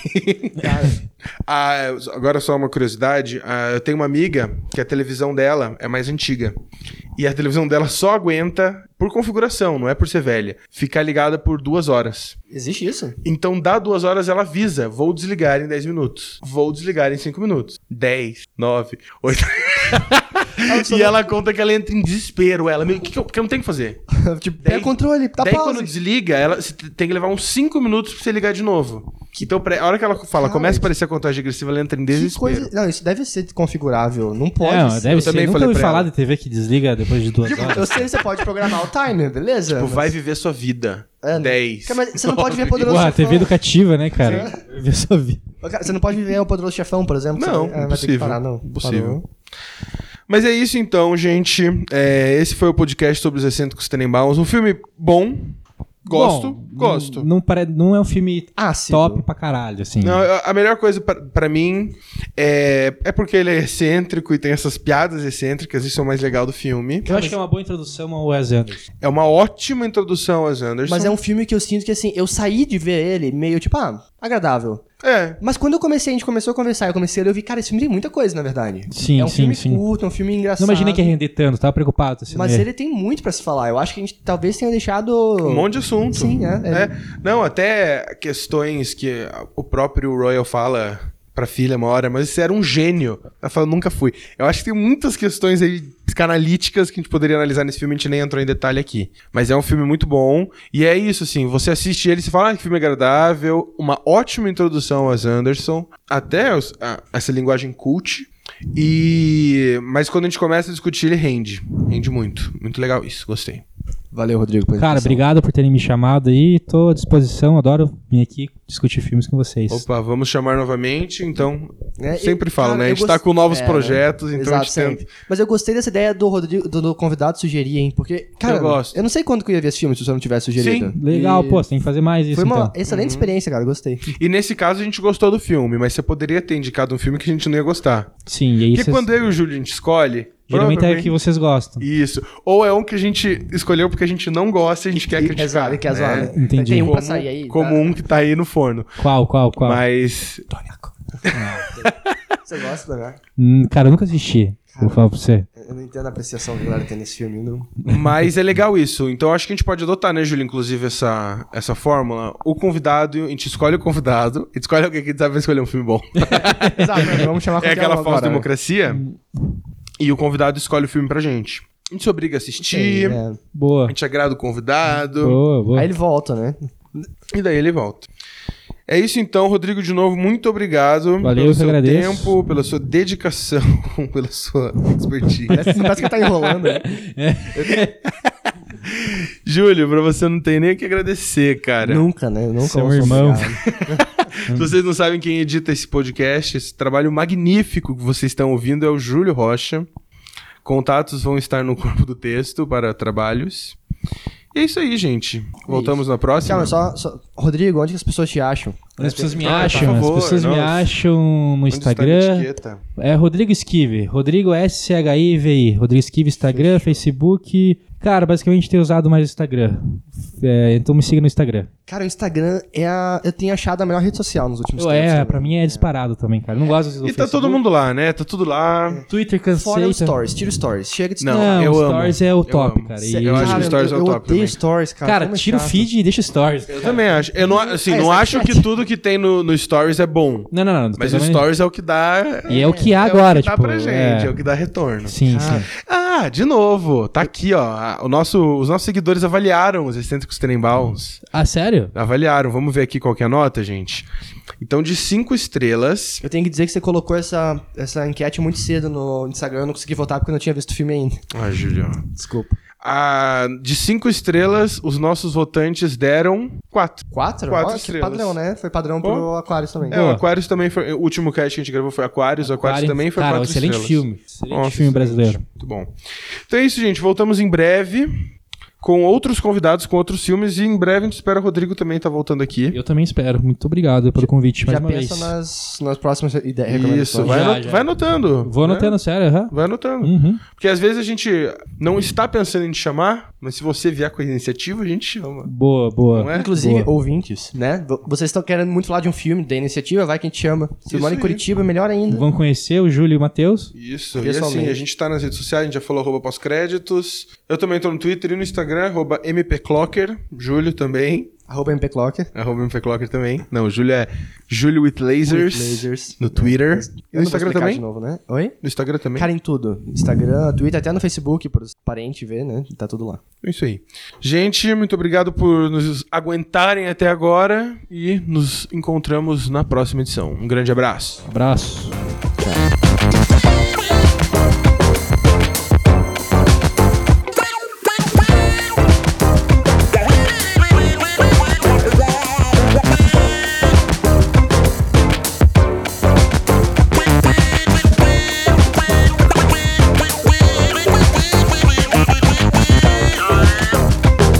Speaker 1: Ah, agora só uma curiosidade. ah, eu tenho uma amiga que a televisão dela é mais antiga. E a televisão dela só aguenta, por configuração, não é por ser velha, ficar ligada por duas horas.
Speaker 2: Existe isso?
Speaker 1: Então, dá duas horas, ela avisa. Vou desligar em 10 minutos. Vou desligar em 5 minutos. 10, 9, 8. e ela conta que ela entra em desespero. Ela, "Meu, o que, que eu, porque eu não tenho o que fazer?
Speaker 2: tipo,
Speaker 1: Daí-
Speaker 2: pega o controle, dá
Speaker 1: Daí
Speaker 2: pausa.
Speaker 1: quando desliga, ela você tem que levar uns 5 minutos pra você ligar de novo. Então, pra- a hora que ela fala,
Speaker 2: Cara,
Speaker 1: começa a aparecer a contagem agressiva, ela entra em
Speaker 2: Que
Speaker 1: desespero.
Speaker 2: coisa... Não, isso deve ser configurável. Não pode
Speaker 3: não,
Speaker 2: ser.
Speaker 3: deve ser.
Speaker 1: também
Speaker 3: Nunca
Speaker 1: falei
Speaker 3: ouvi
Speaker 1: pra
Speaker 3: falar
Speaker 1: ela.
Speaker 3: de TV que desliga depois de duas horas.
Speaker 2: Eu sei que Então, você pode programar o timer, beleza?
Speaker 1: Tipo,
Speaker 2: Mas-
Speaker 1: vai viver sua vida.
Speaker 2: É, não.
Speaker 1: 10.
Speaker 2: Cara, mas você não pode ver Poderoso
Speaker 3: Porra, a
Speaker 2: Chefão.
Speaker 3: TV educativa, né, cara? Eu só vi.
Speaker 2: Cara, Você não pode ver o Poderoso Chefão, por exemplo?
Speaker 1: Não,
Speaker 2: você... vai ter que
Speaker 1: impossível.
Speaker 2: parar, não.
Speaker 1: Impossível.
Speaker 2: Parou.
Speaker 1: Mas é isso então, gente. É, esse foi o podcast sobre os excêntricos Tenenbaums. Um filme bom. Gosto,
Speaker 3: Bom,
Speaker 1: gosto.
Speaker 2: hum,
Speaker 3: n- Não, pare... não é um filme
Speaker 2: Ácido.
Speaker 3: top pra caralho, assim.
Speaker 1: Não, a- a melhor coisa pra- pra mim é, é porque ele é excêntrico e tem essas piadas excêntricas, isso é o mais legal do filme.
Speaker 3: Eu acho que é uma boa introdução ao Wes Anderson.
Speaker 1: É uma ótima introdução aos Anderson.
Speaker 2: Mas é um filme que eu sinto que, assim, eu saí de ver ele meio, tipo, ah, agradável.
Speaker 1: É.
Speaker 2: Mas quando eu comecei, a gente começou a conversar, eu comecei a ler, eu vi, cara, esse filme tem muita coisa, na verdade.
Speaker 3: Sim,
Speaker 2: é um
Speaker 3: sim,
Speaker 2: filme
Speaker 3: sim.
Speaker 2: curto, é um filme engraçado.
Speaker 3: Não imaginei que ia render tanto, tava preocupado. Assim,
Speaker 2: Mas
Speaker 3: né?
Speaker 2: ele tem muito pra se falar. Eu acho que a gente talvez tenha deixado...
Speaker 1: Um monte de assunto.
Speaker 2: Sim, é, é.
Speaker 1: né? Não, até questões que o próprio Royal fala pra filha uma hora, mas você era um gênio. Ela fala, nunca fui. Eu acho que tem muitas questões aí canalíticas que a gente poderia analisar nesse filme, a gente nem entrou em detalhe aqui. Mas é um filme muito bom, e é isso, assim, você assiste ele, você fala, ah, que filme agradável, uma ótima introdução ao Wes Anderson, até os- a- essa linguagem cult, e... mas quando a gente começa a discutir, ele rende. Rende muito. Muito legal isso, gostei.
Speaker 2: Valeu, Rodrigo, por
Speaker 3: Cara,
Speaker 2: atenção.
Speaker 3: obrigado por terem me chamado aí. Tô à disposição, adoro vir aqui discutir filmes com vocês.
Speaker 1: Opa, vamos chamar novamente, então.
Speaker 2: É,
Speaker 1: sempre
Speaker 2: e,
Speaker 1: falo,
Speaker 2: cara,
Speaker 1: né? A
Speaker 2: eu
Speaker 1: gente tá
Speaker 2: gost-
Speaker 1: com novos
Speaker 2: É,
Speaker 1: projetos, então
Speaker 2: Exato,
Speaker 1: a gente tenta.
Speaker 2: sempre. Mas eu gostei dessa ideia do Rodrigo, do, do convidado sugerir, hein? Porque, cara,
Speaker 1: Eu gosto.
Speaker 2: não sei quando que eu ia ver esse filme se você não tivesse sugerido.
Speaker 1: Sim, Uhum.
Speaker 3: Legal,
Speaker 2: E
Speaker 3: pô, você tem que fazer mais isso
Speaker 2: Foi uma
Speaker 3: então.
Speaker 2: excelente experiência, cara. eu Gostei.
Speaker 1: E nesse caso a gente gostou do filme, mas você poderia ter indicado um filme que a gente não ia gostar.
Speaker 3: Sim, e aí
Speaker 1: Porque
Speaker 3: vocês...
Speaker 1: quando eu né? e o Júlio a gente escolhe.
Speaker 3: Geralmente é o
Speaker 1: provavelmente-
Speaker 3: que vocês gostam.
Speaker 1: Isso. Ou é um que a gente escolheu porque a gente não gosta e a gente quer criticar.
Speaker 2: Exato, quer zoar,
Speaker 1: né?
Speaker 2: né?
Speaker 3: Entendi.
Speaker 2: Tem um pra
Speaker 1: Como,
Speaker 2: sair aí.
Speaker 1: como
Speaker 2: tá?
Speaker 1: um que tá aí no forno.
Speaker 3: Qual, qual, qual?
Speaker 1: Mas.
Speaker 2: Você gosta, né?
Speaker 3: Hum, cara, eu nunca assisti. Vou falar pra você.
Speaker 2: eu não entendo a apreciação que a galera tem nesse filme, não.
Speaker 1: Mas é legal isso. Então acho que a gente pode adotar, né, Júlio, inclusive, essa, essa fórmula. O convidado, a gente escolhe o convidado, a gente escolhe alguém que a gente sabe escolher um filme bom.
Speaker 2: Exato, vamos chamar
Speaker 1: é
Speaker 2: qualquer
Speaker 1: aquela
Speaker 2: um
Speaker 1: falsa
Speaker 2: agora.
Speaker 1: democracia.
Speaker 3: Hum.
Speaker 1: E o convidado escolhe o filme pra gente. A gente se obriga a
Speaker 2: Sim,
Speaker 1: assistir,
Speaker 2: é.
Speaker 1: a
Speaker 3: Boa.
Speaker 1: gente agrada o convidado,
Speaker 3: Boa, boa.
Speaker 2: Aí ele volta, né?
Speaker 1: e daí ele volta. É isso então, Rodrigo, de novo, muito obrigado
Speaker 3: Valeu,
Speaker 1: pelo
Speaker 3: eu que
Speaker 1: seu
Speaker 3: agradeço.
Speaker 1: tempo, pela sua dedicação, pela sua expertise.
Speaker 2: Parece, parece que ele tá enrolando. né?
Speaker 1: Júlio, pra você não tem nem o que agradecer, cara.
Speaker 2: Nunca, né? Eu nunca
Speaker 3: Seu
Speaker 2: vou sofrer
Speaker 3: é um irmão.
Speaker 2: nada.
Speaker 1: Se vocês não sabem quem edita esse podcast, esse trabalho magnífico que vocês estão ouvindo é o Júlio Rocha. Contatos vão estar no corpo do texto para trabalhos. E é isso aí, gente. Voltamos na próxima.
Speaker 2: Calma, Assim, só, só- Rodrigo, onde que as pessoas te acham?
Speaker 3: As pessoas me
Speaker 1: Ah, por
Speaker 3: acham,
Speaker 1: favor,
Speaker 3: as pessoas me
Speaker 1: nossa.
Speaker 3: acham no
Speaker 1: Onde está a
Speaker 3: Instagram.
Speaker 1: etiqueta?
Speaker 3: É Rodrigo Esquive. Rodrigo S-C-H-I-V-I. Rodrigo Esquive, Instagram, Facebook. Cara, basicamente tem usado mais o Instagram. É, então me siga no Instagram.
Speaker 2: Cara, o Instagram é a. Eu tenho achado a melhor rede social nos últimos
Speaker 3: Eu,
Speaker 2: tempos.
Speaker 3: é,
Speaker 2: também.
Speaker 3: pra mim é disparado também, cara. Eu Não gosto do
Speaker 1: E tá
Speaker 3: Facebook.
Speaker 1: todo mundo lá, né? Tá tudo lá.
Speaker 3: Twitter cansei.
Speaker 2: Fora os
Speaker 3: tá-
Speaker 2: stories, tira os stories. Chega de
Speaker 1: Não,
Speaker 2: stories.
Speaker 3: Não,
Speaker 1: eu
Speaker 3: o
Speaker 1: amo.
Speaker 3: Stories é o
Speaker 1: Eu
Speaker 3: top,
Speaker 1: amo.
Speaker 3: cara.
Speaker 2: Cê-
Speaker 3: E-
Speaker 1: eu acho
Speaker 2: Cara,
Speaker 1: que stories é o
Speaker 2: eu
Speaker 1: top
Speaker 2: odeio
Speaker 1: também.
Speaker 2: stories, cara.
Speaker 3: Cara,
Speaker 2: Como é
Speaker 3: tira o
Speaker 2: chato.
Speaker 3: feed e deixa o Stories.
Speaker 1: Eu também acho. Eu não, assim,
Speaker 2: É,
Speaker 1: não
Speaker 2: Snapchat.
Speaker 1: acho que tudo que tem no, no Stories é bom.
Speaker 3: Não, não, não.
Speaker 1: Mas o
Speaker 3: pelo menos-
Speaker 1: Stories é o que dá.
Speaker 3: E é o que há
Speaker 1: é
Speaker 3: agora,
Speaker 1: o que dá
Speaker 3: tipo.
Speaker 1: pra gente, é... o que dá retorno.
Speaker 3: Sim,
Speaker 2: Cara,
Speaker 3: sim.
Speaker 1: Ah, de novo. Tá aqui, ó. A- O nosso, os nossos seguidores avaliaram os excêntricos Tenenbaums.
Speaker 3: Ah, sério?
Speaker 1: Avaliaram, vamos ver aqui qual que é a nota, gente. Então, de cinco estrelas.
Speaker 2: Eu tenho que dizer que você colocou essa, essa enquete muito cedo no Instagram. Eu não consegui votar porque eu não tinha visto o filme ainda.
Speaker 1: Ah, Julião.
Speaker 2: Desculpa.
Speaker 1: Ah, de cinco estrelas, os nossos votantes deram quatro.
Speaker 2: Quatro?
Speaker 1: Quatro
Speaker 2: Ó, que
Speaker 1: estrelas.
Speaker 2: padrão, né? Foi padrão pro Aquarius também.
Speaker 1: É, o Aquarius também foi. O último cast que a gente gravou foi Aquarius. O Aquarius também foi
Speaker 3: Cara,
Speaker 1: quatro
Speaker 3: excelente
Speaker 1: estrelas.
Speaker 3: filme. Excelente
Speaker 1: Nossa,
Speaker 3: filme
Speaker 1: excelente.
Speaker 3: brasileiro.
Speaker 1: Muito bom. Então é isso, gente. Voltamos em breve com outros convidados, com outros filmes. E em breve a gente espera o Rodrigo também tá voltando aqui.
Speaker 3: Eu também espero. Muito obrigado pelo convite
Speaker 2: Já
Speaker 3: mais uma
Speaker 2: pensa
Speaker 3: vez.
Speaker 2: nas, nas próximas ideias.
Speaker 1: Isso,
Speaker 2: recomendações.
Speaker 1: vai,
Speaker 3: Já,
Speaker 1: ano-
Speaker 3: já.
Speaker 1: vai anotando.
Speaker 3: Vou
Speaker 1: né?
Speaker 3: anotando, sério. aham.
Speaker 1: Vai anotando.
Speaker 3: Uhum.
Speaker 1: Porque às vezes a gente não está pensando em te chamar, mas se você vier com a iniciativa, a gente chama.
Speaker 3: Boa, boa.
Speaker 1: Não é?
Speaker 2: Inclusive,
Speaker 3: Boa.
Speaker 2: ouvintes, né? V- Vocês estão querendo muito falar de um filme, da iniciativa, vai quem te chama. Se
Speaker 1: Isso
Speaker 2: mora em
Speaker 1: aí.
Speaker 2: Curitiba, melhor ainda.
Speaker 3: Vão conhecer o Júlio e o Matheus.
Speaker 1: Isso, e
Speaker 2: Pessoalmente.
Speaker 1: assim, a gente tá nas redes sociais, a gente já falou arroba pós-créditos. Eu também tô no Twitter e no Instagram, arroba mpclocker, Júlio também,
Speaker 2: Arroba MPClocker.
Speaker 1: arroba mpclocker também. Não, o Júlio é Júlio with lasers,
Speaker 2: With lasers.
Speaker 1: no Twitter. E
Speaker 2: Eu
Speaker 1: no
Speaker 2: não vou
Speaker 1: Instagram
Speaker 2: explicar
Speaker 1: também?
Speaker 2: De novo, né? Oi?
Speaker 1: No Instagram também.
Speaker 2: Cara, em tudo. Instagram, Twitter, até no Facebook, para os parentes ver, né? Tá tudo lá.
Speaker 1: É Isso aí. Gente, muito obrigado por nos aguentarem até agora e nos encontramos na próxima edição. Um grande abraço.
Speaker 3: Abraço.
Speaker 5: Thank you.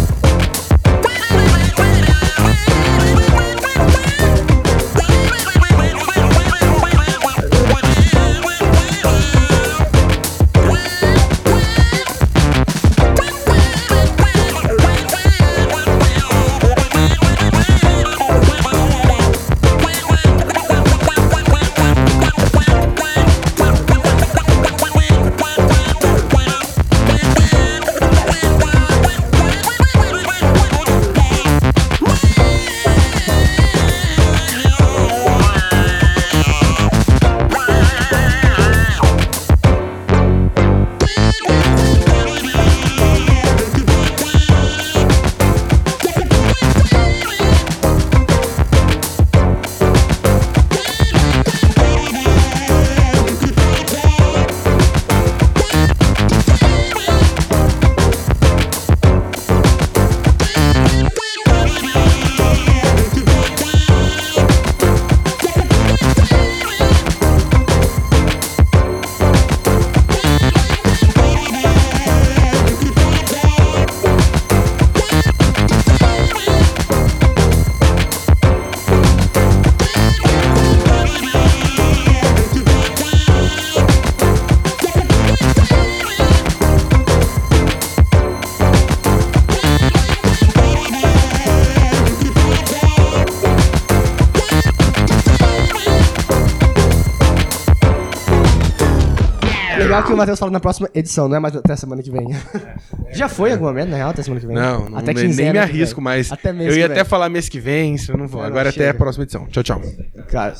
Speaker 2: legal que o Matheus fala na próxima edição, não é mais até semana que vem. Já foi em algum momento, na real, até semana que vem.
Speaker 1: Não, não
Speaker 2: até
Speaker 1: nem, nem
Speaker 2: quinzena
Speaker 1: me
Speaker 2: que vem.
Speaker 1: arrisco mais.
Speaker 2: Até mês
Speaker 1: eu ia
Speaker 2: que
Speaker 1: até
Speaker 2: vem.
Speaker 1: falar mês que vem, isso eu não vou.
Speaker 2: É, não,
Speaker 1: Agora até
Speaker 2: chega.
Speaker 1: a próxima edição. Tchau, tchau.
Speaker 2: Cara,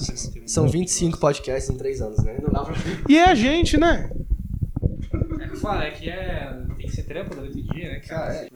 Speaker 2: são 25 podcasts em 3 anos, né? Não dá pra...
Speaker 1: E é a gente, né?
Speaker 5: Fala, é que é. Tem que ser trampo durante o dia, né, cara?